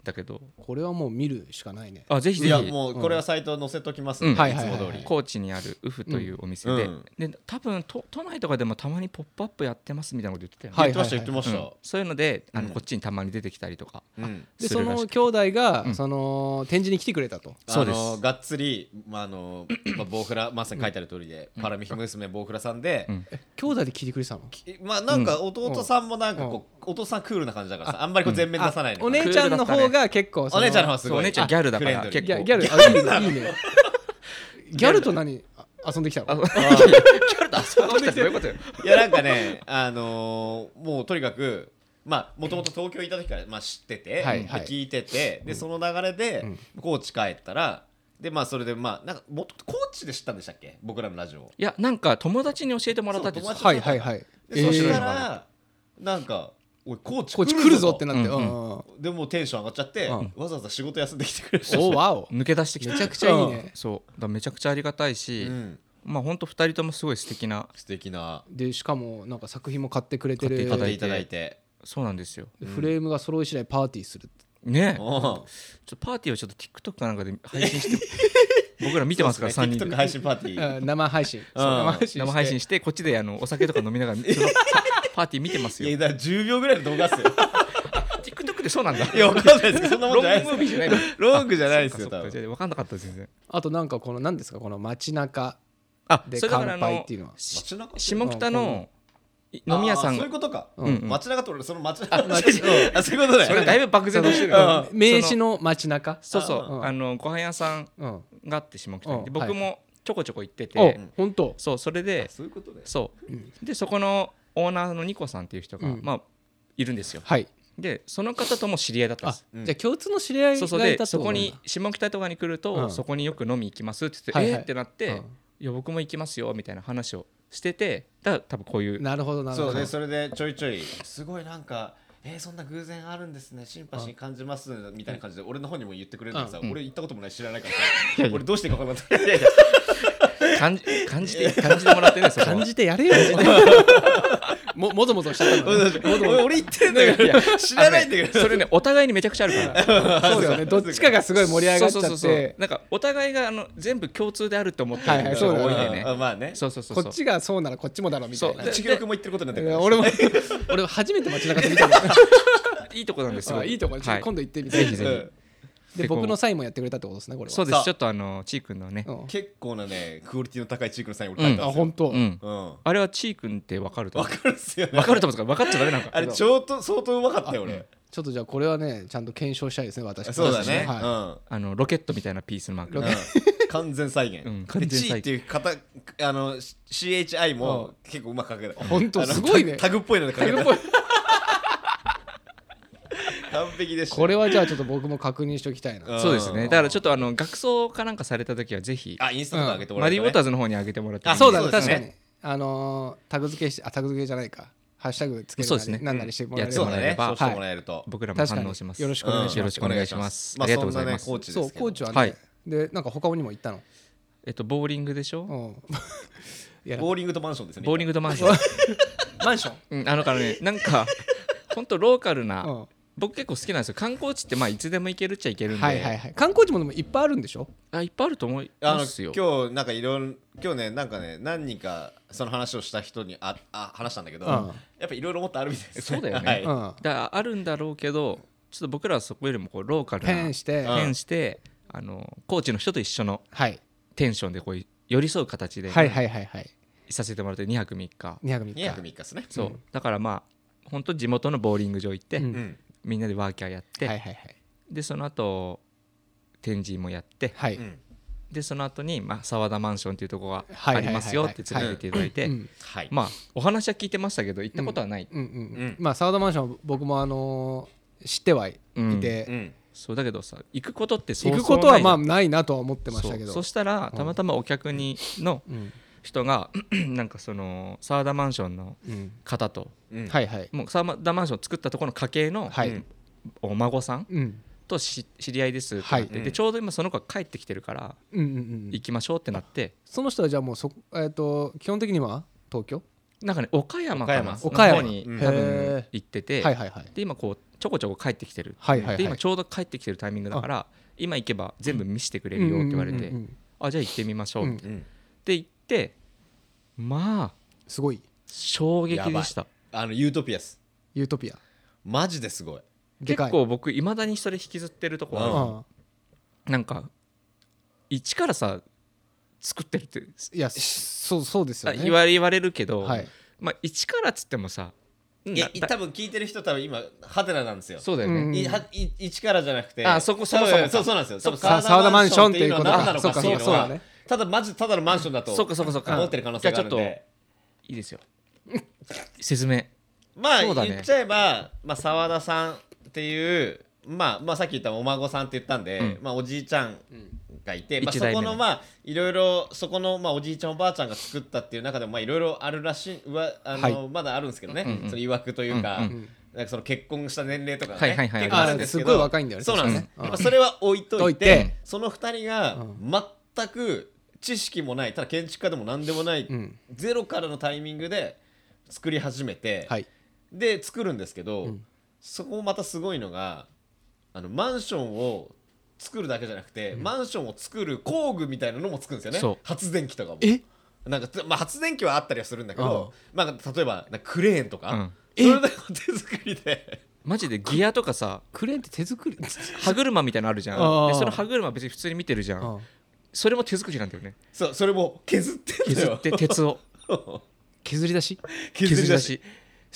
Speaker 3: だけど
Speaker 1: これはもう見るしかないね
Speaker 3: あぜひ
Speaker 2: い
Speaker 3: ぜ
Speaker 2: や
Speaker 3: ひ
Speaker 2: もうこれはサイト載せときます
Speaker 3: うんん
Speaker 2: いつ
Speaker 3: は
Speaker 2: も
Speaker 3: い
Speaker 1: はいはい
Speaker 2: 通り
Speaker 3: 高知にあるウフというお店で,、
Speaker 2: うん
Speaker 3: で多分都都内とかでもたまに「ポップアップやってますみたいなこと言ってたよね、
Speaker 1: は
Speaker 2: 言
Speaker 1: い
Speaker 2: ってました言ってまし
Speaker 3: うんそういうのであの、
Speaker 2: うん
Speaker 3: こっちにたまに出てきたり とか
Speaker 2: たうん
Speaker 1: ですそ
Speaker 3: るら
Speaker 1: の
Speaker 3: しく
Speaker 1: 兄弟が、
Speaker 3: うん
Speaker 1: その展示に来てくれたと
Speaker 3: そうです
Speaker 2: あのがっつりまああのまあボウフラまさに書いてある通りでパラミヒ娘ボウフラさんで
Speaker 3: うん
Speaker 1: 兄弟で聞いてくれてたの
Speaker 2: きまあなんか弟さんもなんかこうお父さんクールな感じだからさあんまりこう全面出さない
Speaker 1: あお
Speaker 2: のかな
Speaker 1: 姉ちゃんの
Speaker 3: クー
Speaker 1: 方
Speaker 3: ル
Speaker 1: が結構そ
Speaker 2: お姉ちゃんの方がす
Speaker 3: そう
Speaker 2: ご
Speaker 3: お
Speaker 2: い
Speaker 3: 姉ちゃんギャルだか
Speaker 2: あ
Speaker 3: ら
Speaker 2: フレンドリー
Speaker 3: 結
Speaker 1: ギャ
Speaker 3: 構
Speaker 1: ギャルあいいいいねギャルと何あ遊んできたの
Speaker 2: あー
Speaker 3: そうだったらどういうことよ
Speaker 2: いやなんかね、あのーもうとにかく、まあもともと東京にいた時から、まあ、知ってて、
Speaker 1: はいはい
Speaker 2: 聞いててでその流れで、高知帰ったらでまあそれでまあなんかもと高知で知ったんでしたっけ僕らのラジオを
Speaker 3: いやなんか友達に教えてもらったって言ってた
Speaker 1: はいはいはい
Speaker 2: でそした
Speaker 1: えー
Speaker 2: ら、なんか「おい高知
Speaker 1: こっち来るぞって
Speaker 2: な
Speaker 1: なって、
Speaker 3: うんうん
Speaker 1: うんうん
Speaker 2: でもうテンション上がっちゃって、
Speaker 1: うん
Speaker 2: わざわざ仕事休んできてくれました
Speaker 1: おわお
Speaker 3: 抜け出してきた
Speaker 1: めちゃくちゃいいね
Speaker 3: そうだからめちゃくちゃありがたいし、
Speaker 2: うん
Speaker 3: まあほんと2人ともすごい素敵な
Speaker 2: 素敵な
Speaker 1: でしかもなんか作品も買ってくれてる
Speaker 3: 買って
Speaker 2: いただ
Speaker 3: い
Speaker 2: いただいて、
Speaker 3: そうなんですよ
Speaker 1: でフレームが揃い次第パーティーする
Speaker 3: ねえ
Speaker 2: おう
Speaker 3: ちょっとパーティーをちょっと TikTok かなんかで配信して 僕ら見てますから
Speaker 2: そう
Speaker 3: 3
Speaker 2: です
Speaker 3: 人
Speaker 2: ね TikTok
Speaker 3: で
Speaker 2: 配信パー ティー
Speaker 1: あ生配信そう
Speaker 2: うん
Speaker 1: 生配信して
Speaker 3: 生配信してこっちであのお酒とか飲みながら そのパーティー見てます
Speaker 2: いや
Speaker 3: よ
Speaker 2: だから10秒ぐらいの動画っすよ
Speaker 3: TikTok でそうなんだ
Speaker 2: いやわかんないですけどそんなもん
Speaker 3: ロン
Speaker 2: じ
Speaker 3: グ
Speaker 2: ゃないです
Speaker 3: ムービーじゃないの
Speaker 2: ロングじゃないですよ
Speaker 3: そっ
Speaker 2: 多
Speaker 3: かそっか
Speaker 2: 分
Speaker 3: じゃあ分かんなかった全然
Speaker 1: あとなんかこの何ですかこの街中
Speaker 3: あ
Speaker 1: で
Speaker 3: それだからあ
Speaker 1: 乾杯っ
Speaker 3: の
Speaker 1: ていうのは
Speaker 3: し
Speaker 2: 街中
Speaker 3: 下北のい飲み屋さん
Speaker 2: あーそう
Speaker 3: が
Speaker 2: いうことか、
Speaker 1: うん
Speaker 3: うん
Speaker 2: 街中と俺その街中
Speaker 1: 街
Speaker 2: あそういうことだ
Speaker 3: そ
Speaker 2: よ
Speaker 3: れだいぶ漠然としてる
Speaker 2: うん
Speaker 3: うん
Speaker 1: 名刺の街中
Speaker 3: そうそう
Speaker 1: うん
Speaker 3: あのご飯屋さん
Speaker 1: うん
Speaker 3: があって下北に
Speaker 1: う
Speaker 3: で
Speaker 1: ん
Speaker 3: 僕もちょこちょこ行って
Speaker 1: お
Speaker 3: て
Speaker 1: 本当
Speaker 3: そうそれで
Speaker 2: そういうことだよ
Speaker 3: そうでそこのオーナーのニコさんっていう人が
Speaker 1: うん
Speaker 3: まあいるんですよ
Speaker 1: はい
Speaker 3: でその方とも知り合いだったん
Speaker 1: あ
Speaker 3: です
Speaker 2: うん
Speaker 1: じゃあ共通の知り合いがいうた
Speaker 3: そそ
Speaker 1: っ
Speaker 3: う
Speaker 1: て
Speaker 3: で
Speaker 1: こと
Speaker 3: そこに
Speaker 1: なんだ
Speaker 3: 下北とかに来ると、
Speaker 1: うん
Speaker 3: そこによく飲み行きますって言って、
Speaker 1: はいはい
Speaker 3: えーってなって、
Speaker 1: うん
Speaker 3: いや僕も行きますよみたいな話をしててだから多分こういう
Speaker 1: なるほどなる
Speaker 2: そ
Speaker 1: ほ
Speaker 2: うね
Speaker 1: ど
Speaker 2: それでちょいちょいすごいなんかえー、そんな偶然あるんですねシンパシー感じますみたいな感じで俺の方にも言ってくれるんだけどさ、
Speaker 3: うん
Speaker 2: 俺行ったこともない知らないか
Speaker 3: い
Speaker 2: ら
Speaker 3: やい
Speaker 2: さ
Speaker 3: や
Speaker 2: 俺どうしていいか分からなかっ
Speaker 3: 感じ感じて感じてもらってねそこは
Speaker 1: 感じてやれよももぞもぞしちゃったのね
Speaker 2: た俺俺行ってんだけ
Speaker 3: いや
Speaker 2: ど知らないんだけ
Speaker 3: あの
Speaker 2: ど
Speaker 3: ねそれねお互いにめちゃくちゃあるから
Speaker 1: そうだよねどっちかがすごい盛り上がっち
Speaker 3: そうそ
Speaker 1: ゃ
Speaker 3: う
Speaker 1: っ
Speaker 3: そうそう
Speaker 1: て
Speaker 3: なんかお互いがあの全部共通であると思って
Speaker 1: はいは
Speaker 3: る
Speaker 1: い
Speaker 3: 人
Speaker 1: そう
Speaker 3: が
Speaker 1: だ
Speaker 3: 多
Speaker 1: よ
Speaker 3: いん
Speaker 1: ね
Speaker 3: だ よ
Speaker 2: あー
Speaker 3: ね
Speaker 2: まあね
Speaker 3: そうそうそう
Speaker 1: こ
Speaker 3: そう
Speaker 1: っちがそうならこっちもだろみたいな
Speaker 3: そう
Speaker 2: 千尋君も言ってることになって
Speaker 1: い
Speaker 2: るから
Speaker 1: や 俺も俺初めて街中で見たの
Speaker 3: いいとこなんですよ
Speaker 1: あいいとこちょっ
Speaker 3: は
Speaker 1: と
Speaker 3: い
Speaker 1: 今度行ってみて
Speaker 3: ぜひぜひ、
Speaker 2: うん
Speaker 1: で僕のサインもやってくれたってことですねこれは
Speaker 3: そうで
Speaker 2: さあ
Speaker 3: すちょっとあのちーくんのね
Speaker 1: うん
Speaker 2: 結構なねクオリティの高いチークのサイン俺書い
Speaker 1: あ
Speaker 2: たんですよ、
Speaker 1: 本当
Speaker 3: うん
Speaker 2: うん
Speaker 3: あれはちーくんって分かると思
Speaker 2: 分かるっすよ
Speaker 3: う
Speaker 2: ね
Speaker 3: 分かると思うんですから分かっちゃダメなのか
Speaker 2: あれちょっと相当うまかったよ俺
Speaker 1: ちょっとじゃあこれはねちゃんと検証したいですね私
Speaker 2: そうだね、
Speaker 1: はい
Speaker 3: あのロケットみたいなピースのマーク
Speaker 2: うんうん完全再現。
Speaker 3: うん
Speaker 2: で
Speaker 3: 完全再現
Speaker 2: C っていう方あの C- CHI も結構うまく書けた。
Speaker 1: ほんと
Speaker 2: あの
Speaker 1: すごいね
Speaker 2: タグタグっぽいので書け。
Speaker 1: タグったぽい
Speaker 2: 完璧でした。
Speaker 1: これはじゃあちょっと僕も確認しておきたいな
Speaker 2: うん
Speaker 3: そうですね。だからちょっとあの学装かなんかされた時はぜひ、
Speaker 2: あインスタとか上げてもら
Speaker 3: マ
Speaker 2: え
Speaker 3: リ
Speaker 2: る
Speaker 3: ー
Speaker 2: とね
Speaker 3: ウォーターズの方に上げてもらってもいい
Speaker 1: そう
Speaker 2: そ
Speaker 1: だ
Speaker 2: う
Speaker 1: ね
Speaker 2: です
Speaker 1: 確
Speaker 2: ね
Speaker 1: かにあのータグ付けしてあタグ付けじゃないかハッシュタグつける
Speaker 3: そ
Speaker 1: な
Speaker 3: う
Speaker 1: り
Speaker 3: ですね
Speaker 1: なんなりしてもらえれ
Speaker 3: や
Speaker 2: そ
Speaker 3: っ
Speaker 2: う
Speaker 3: て
Speaker 1: ば
Speaker 2: だ
Speaker 3: もら
Speaker 2: ね。
Speaker 3: えれ
Speaker 2: そう
Speaker 3: ば
Speaker 2: してもらえると。
Speaker 3: 僕らも反応しま
Speaker 1: 確かに
Speaker 3: す。
Speaker 1: よろしくお願いします
Speaker 3: よろしくお願いします。ありがとうございます。
Speaker 2: そんなねコーチです
Speaker 1: そう
Speaker 2: け
Speaker 1: コ
Speaker 2: ど
Speaker 1: ー
Speaker 2: ね
Speaker 1: チは
Speaker 3: はい
Speaker 1: ねでなんか他にも行ったの
Speaker 3: えっとボーリングでし
Speaker 1: う
Speaker 3: ょ。
Speaker 1: んいやなんか
Speaker 2: ボーリングとマンションですね。
Speaker 3: ボーリン
Speaker 2: グ。
Speaker 3: グとマンション。
Speaker 1: マンション
Speaker 3: うんあのからねなんか本当ローカル
Speaker 1: う
Speaker 3: なん僕結構好きなんですよ。観光地ってまあいつでも行けるっちゃ行けるんで、
Speaker 1: はいはいはい観光地もでもいっぱいあるんでしょ
Speaker 3: あいっぱいあると思い
Speaker 2: あ
Speaker 3: ま
Speaker 2: の
Speaker 3: すよ。
Speaker 2: 今日なんかいろいろ今日ねなんかね何人かその話をした人にああ話したんだけど、
Speaker 1: うん
Speaker 2: やっぱいろいろもっとあるみたいです、
Speaker 3: そうだよね
Speaker 2: はい
Speaker 1: うん
Speaker 3: だあるんだろうけど、ちょっと僕らはそこよりもこうローカルな
Speaker 1: ペンして
Speaker 2: うん
Speaker 3: 変して、あのコーチの人と一緒の
Speaker 1: はい
Speaker 3: テンションでこう寄り添う形で、
Speaker 1: はいはいはいはい
Speaker 3: いさせてもらって2泊3日
Speaker 1: 2泊3
Speaker 2: 2
Speaker 1: 日
Speaker 2: 泊3日ですね。
Speaker 3: そう、
Speaker 1: うん
Speaker 3: だからまあ本当地元のボーリング場行って、
Speaker 1: うん
Speaker 2: うん。
Speaker 3: みんなでワーキャーやって、
Speaker 1: はいはいはい
Speaker 3: でその後展示もやって
Speaker 1: は
Speaker 2: う
Speaker 1: い
Speaker 2: ん
Speaker 3: でその後にまあ沢田マンションっていうところ
Speaker 1: は
Speaker 3: が
Speaker 1: い
Speaker 3: あ
Speaker 1: はいは
Speaker 3: り
Speaker 1: いはい
Speaker 3: ますよって連れて行っていただいて、
Speaker 1: うん
Speaker 2: はい。
Speaker 3: まあお話は聞いてましたけど行ったことはない、
Speaker 1: うんう
Speaker 2: うん
Speaker 1: んまあサードマンション僕もあのー知ってはいて
Speaker 2: うん。
Speaker 3: そうだけどさ行くことってそう
Speaker 1: 行
Speaker 3: そう
Speaker 1: くことはまあ
Speaker 3: ない
Speaker 1: ないなとは思って
Speaker 3: じ
Speaker 1: ま
Speaker 3: ゃん
Speaker 1: したけど
Speaker 3: そうそしたらたまたまお客にの
Speaker 1: うん
Speaker 3: 人がなんかその沢田マンションの
Speaker 1: うん
Speaker 3: 方と
Speaker 2: うん。
Speaker 1: はいはい
Speaker 3: もう沢田マンションを作ったところの家系の
Speaker 1: はい
Speaker 2: うん
Speaker 3: お孫さん
Speaker 1: うん
Speaker 3: とし知り合いですって
Speaker 1: はい
Speaker 3: なって
Speaker 2: うん
Speaker 3: でちょうど今その子が帰ってきてるから
Speaker 1: うんうんうん
Speaker 3: 行きましょうってなって
Speaker 1: その人はじゃあもうそえっと基本的には東京
Speaker 3: なんかね岡山かな
Speaker 2: 岡
Speaker 1: 山
Speaker 3: の方に
Speaker 2: 岡
Speaker 1: うん
Speaker 2: 山
Speaker 3: 多
Speaker 1: へ
Speaker 3: 分
Speaker 1: ー
Speaker 3: 行ってて、
Speaker 1: はいはいはい
Speaker 3: で今こうちょこちょこ帰ってきてる、
Speaker 1: はいはいはい
Speaker 3: で今ちょうど帰ってきてるタイミングだから今行けば全部見せてくれるよって言われて、
Speaker 1: うんうんうんうん
Speaker 3: あじゃあ行ってみましょう、
Speaker 1: うん
Speaker 3: っ
Speaker 2: う
Speaker 3: て
Speaker 2: ん
Speaker 3: 言ってまあ
Speaker 1: すごい
Speaker 3: 衝撃でした
Speaker 2: あのユートピアス
Speaker 1: ユートピア
Speaker 2: マジですごい
Speaker 1: でかい
Speaker 3: 結構僕いまだにそれ引きずってるとこ
Speaker 2: う
Speaker 3: は、
Speaker 2: ん
Speaker 1: ああ
Speaker 3: なんか一からさ作ってるって、
Speaker 1: いやそうそうですよ
Speaker 3: あ
Speaker 1: ね
Speaker 3: 言わ言われるけど、
Speaker 1: はい
Speaker 3: まあ一からっつってもさ
Speaker 2: いや
Speaker 3: なだ
Speaker 2: 多分聞いてる人多分今ハテナなんですよ
Speaker 3: そうだよね、
Speaker 1: うん
Speaker 2: いはい一からじゃなくて
Speaker 3: あそこそもそも
Speaker 2: 多分そうそうなんですよ
Speaker 3: そ
Speaker 2: 多
Speaker 3: っか
Speaker 2: 分
Speaker 1: さ沢田マンションっていうこと
Speaker 2: マンションっていうのは何なのか
Speaker 1: あそ
Speaker 2: っ
Speaker 1: うか
Speaker 2: ていうの
Speaker 1: そうだ
Speaker 2: は
Speaker 1: ね
Speaker 2: ただマジただのマンションだと
Speaker 3: そうかそうかそうか
Speaker 2: 思ってる可能性があるん
Speaker 3: じゃあち
Speaker 2: で
Speaker 3: いいですよ説明
Speaker 2: まあ
Speaker 3: そうだね
Speaker 2: 言っちゃえばまあ澤田さんっていうまあまあさっき言ったお孫さんって言ったんで、
Speaker 3: うん
Speaker 2: まあおじいちゃんがいて、まあ
Speaker 3: 一
Speaker 2: そ
Speaker 3: 代目
Speaker 2: こ
Speaker 3: の
Speaker 2: のまあいろいろそこのまあおじいちゃんおばあちゃんが作ったっていう中でもまあいろいろあるらしいうわあの、
Speaker 1: はい
Speaker 2: まだあるんですけどね、
Speaker 3: うんうん
Speaker 2: そのいわくというか。
Speaker 3: うんうん
Speaker 2: なんかその結婚した年齢とかね、
Speaker 3: はいはいはい
Speaker 2: 結構あるんですけど
Speaker 1: あすごい若いんだよね
Speaker 2: そうなんです、
Speaker 1: うん
Speaker 2: まあそれは置いといて
Speaker 1: 置いて
Speaker 2: その2人が全く知識もないただ建築家でも何でもない、
Speaker 1: うん
Speaker 2: ゼロからのタイミングで作り始めて、
Speaker 1: はい
Speaker 2: で作るんですけど、
Speaker 1: うん
Speaker 2: そこもまたすごいのがあのマンションを作るだけじゃなくて、マンションを作る工具みたいなのも作るんですよね
Speaker 3: そう
Speaker 2: 発電機とかも
Speaker 1: え
Speaker 2: なんか、まあ、発電機はあったりはするんだけど、まあ、例えばなんかクレーンとか、
Speaker 1: うん
Speaker 2: それでも手作りで
Speaker 3: マジでギアとかさ
Speaker 1: クレーンって手作り
Speaker 3: 歯車みたいなのあるじゃ
Speaker 1: あ
Speaker 3: ん
Speaker 1: ー
Speaker 3: でその歯車別に普通に見てるじゃんそれも手作りなんだよね
Speaker 2: そうそれも削ってんだ
Speaker 3: 削
Speaker 2: よ
Speaker 3: って鉄を
Speaker 1: 削り出し
Speaker 2: 削
Speaker 3: 削
Speaker 2: り
Speaker 3: り
Speaker 2: 出
Speaker 3: 出
Speaker 2: し
Speaker 3: し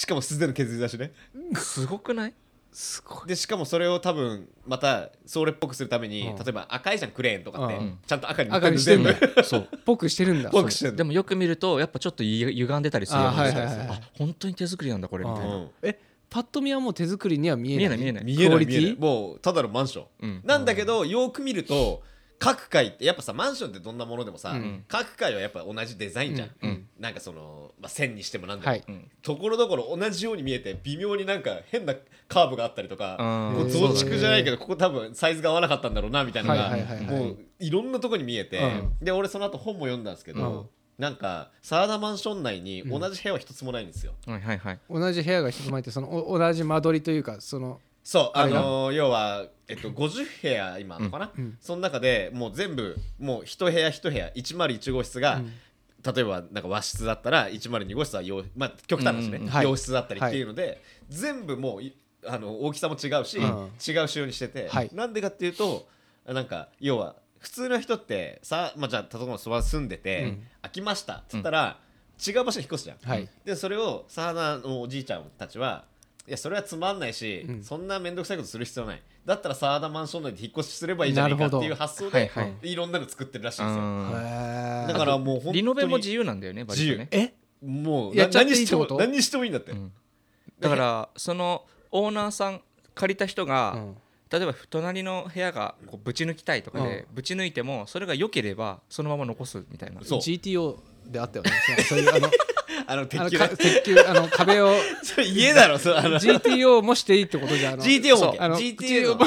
Speaker 2: しかも素手の削り出しね
Speaker 3: すごくない
Speaker 1: すごい
Speaker 2: でしかもそれを多分またそれっぽくするために、
Speaker 1: うん
Speaker 2: 例えば赤いじゃんクレーンとかって、
Speaker 1: うん
Speaker 2: ちゃんと赤に
Speaker 1: 赤にしてんだ
Speaker 2: 全
Speaker 1: よ
Speaker 2: 部
Speaker 3: そう
Speaker 1: ぽくしてるんだ
Speaker 2: ぽくしてん
Speaker 3: で
Speaker 2: だ
Speaker 3: もよく見るとやっぱちょっとゆ歪んでたりするよう
Speaker 1: あ
Speaker 3: な
Speaker 1: はい
Speaker 3: じゃないです
Speaker 1: はい
Speaker 3: か
Speaker 1: はい
Speaker 3: あ本当に手作りなんだこれみ
Speaker 1: あ
Speaker 3: たい
Speaker 1: ー
Speaker 3: な
Speaker 2: うん
Speaker 1: えパッと見はもう手作りには見えない
Speaker 3: 見えない見
Speaker 2: 見
Speaker 1: ク
Speaker 2: え
Speaker 1: オ
Speaker 2: ない
Speaker 1: リテ
Speaker 2: 見えない
Speaker 1: ィ
Speaker 2: もうただのマンション、
Speaker 3: うん
Speaker 2: なんだけどよく見ると各階ってやっぱさマンションってどんなものでもさ、
Speaker 3: ん
Speaker 2: 各階はやっぱ同じデザインじゃん、
Speaker 3: うんうん
Speaker 2: なんかその、まあ、線にしてもなんでも、
Speaker 1: はい
Speaker 3: うん
Speaker 2: ところどころ同じように見えて微妙になんか変なカーブがあったりとか
Speaker 3: あー
Speaker 2: こう増築じゃないけどここ多分サイズが合わなかったんだろうなみたいなのが
Speaker 1: はいはいはいはい
Speaker 2: もういろんなとこに見えて、
Speaker 1: う
Speaker 2: で俺その後本も読んだんですけど、なんかサラダマンション内に同じ部屋は一つもないんですよ。
Speaker 3: はいはいはい
Speaker 1: 同じ部屋が一つまいてそのお同じ間取りというかその
Speaker 2: そうあ
Speaker 1: あれが
Speaker 2: のー要は、えっと、50部屋今あるのかな、
Speaker 1: うんうん
Speaker 2: その中でもう全部もう一部屋一部屋101号室が、
Speaker 1: うん
Speaker 2: 例えばなんか和室だったら102号室は洋、まあ、極端な話ね、
Speaker 3: うんうん
Speaker 1: うんはい
Speaker 2: 洋室だったりっていうので、全部もういあの大きさも違うし、
Speaker 1: うん
Speaker 2: 違う仕様にしてて、
Speaker 1: はい
Speaker 2: なんでかっていうとなんか要は普通の人ってさ、まあ、じゃあ例えばそば住んでて、
Speaker 1: うん
Speaker 2: 飽きましたっつったら、違う場所に引っ越すじゃん。
Speaker 1: はい
Speaker 2: でそれをサーナのおじいちゃんたちはいやそれはつまんないし、
Speaker 1: うん
Speaker 2: そんな面倒くさいことする必要ないだったらサーダマンション内で引っ越しすればいいじゃないか
Speaker 1: なる
Speaker 2: っ
Speaker 1: ほ
Speaker 2: て
Speaker 1: ど
Speaker 2: いう発想で、
Speaker 3: はい
Speaker 2: い
Speaker 3: はい
Speaker 2: ろんなの作ってるらしいんですよ
Speaker 3: あ
Speaker 1: へ
Speaker 2: だからもう本当
Speaker 3: ー
Speaker 2: に
Speaker 3: リノベも自由なんだよね割とね
Speaker 1: え
Speaker 2: もう
Speaker 1: や
Speaker 2: な
Speaker 1: っちゃっていい
Speaker 2: 何
Speaker 1: っ
Speaker 2: し
Speaker 1: てて
Speaker 2: も
Speaker 1: こと
Speaker 2: 何してもいいんだって、
Speaker 3: うんだからそのオーナーさん借りた人が、
Speaker 1: うん
Speaker 3: 例えば隣の部屋がこうぶち抜きたいとかで、ぶち抜いてもそれが良ければそのまま残すみたいな
Speaker 2: そう
Speaker 1: GTO であったよねそうそういうあの
Speaker 2: あの
Speaker 1: あの
Speaker 2: 鉄球
Speaker 1: か
Speaker 2: ね
Speaker 1: 鉄球あの壁を
Speaker 2: それ家だろそれあの
Speaker 1: GTO もしていいってことじゃあの
Speaker 2: GTO
Speaker 1: そ
Speaker 2: も
Speaker 1: うあの
Speaker 2: GTO もうん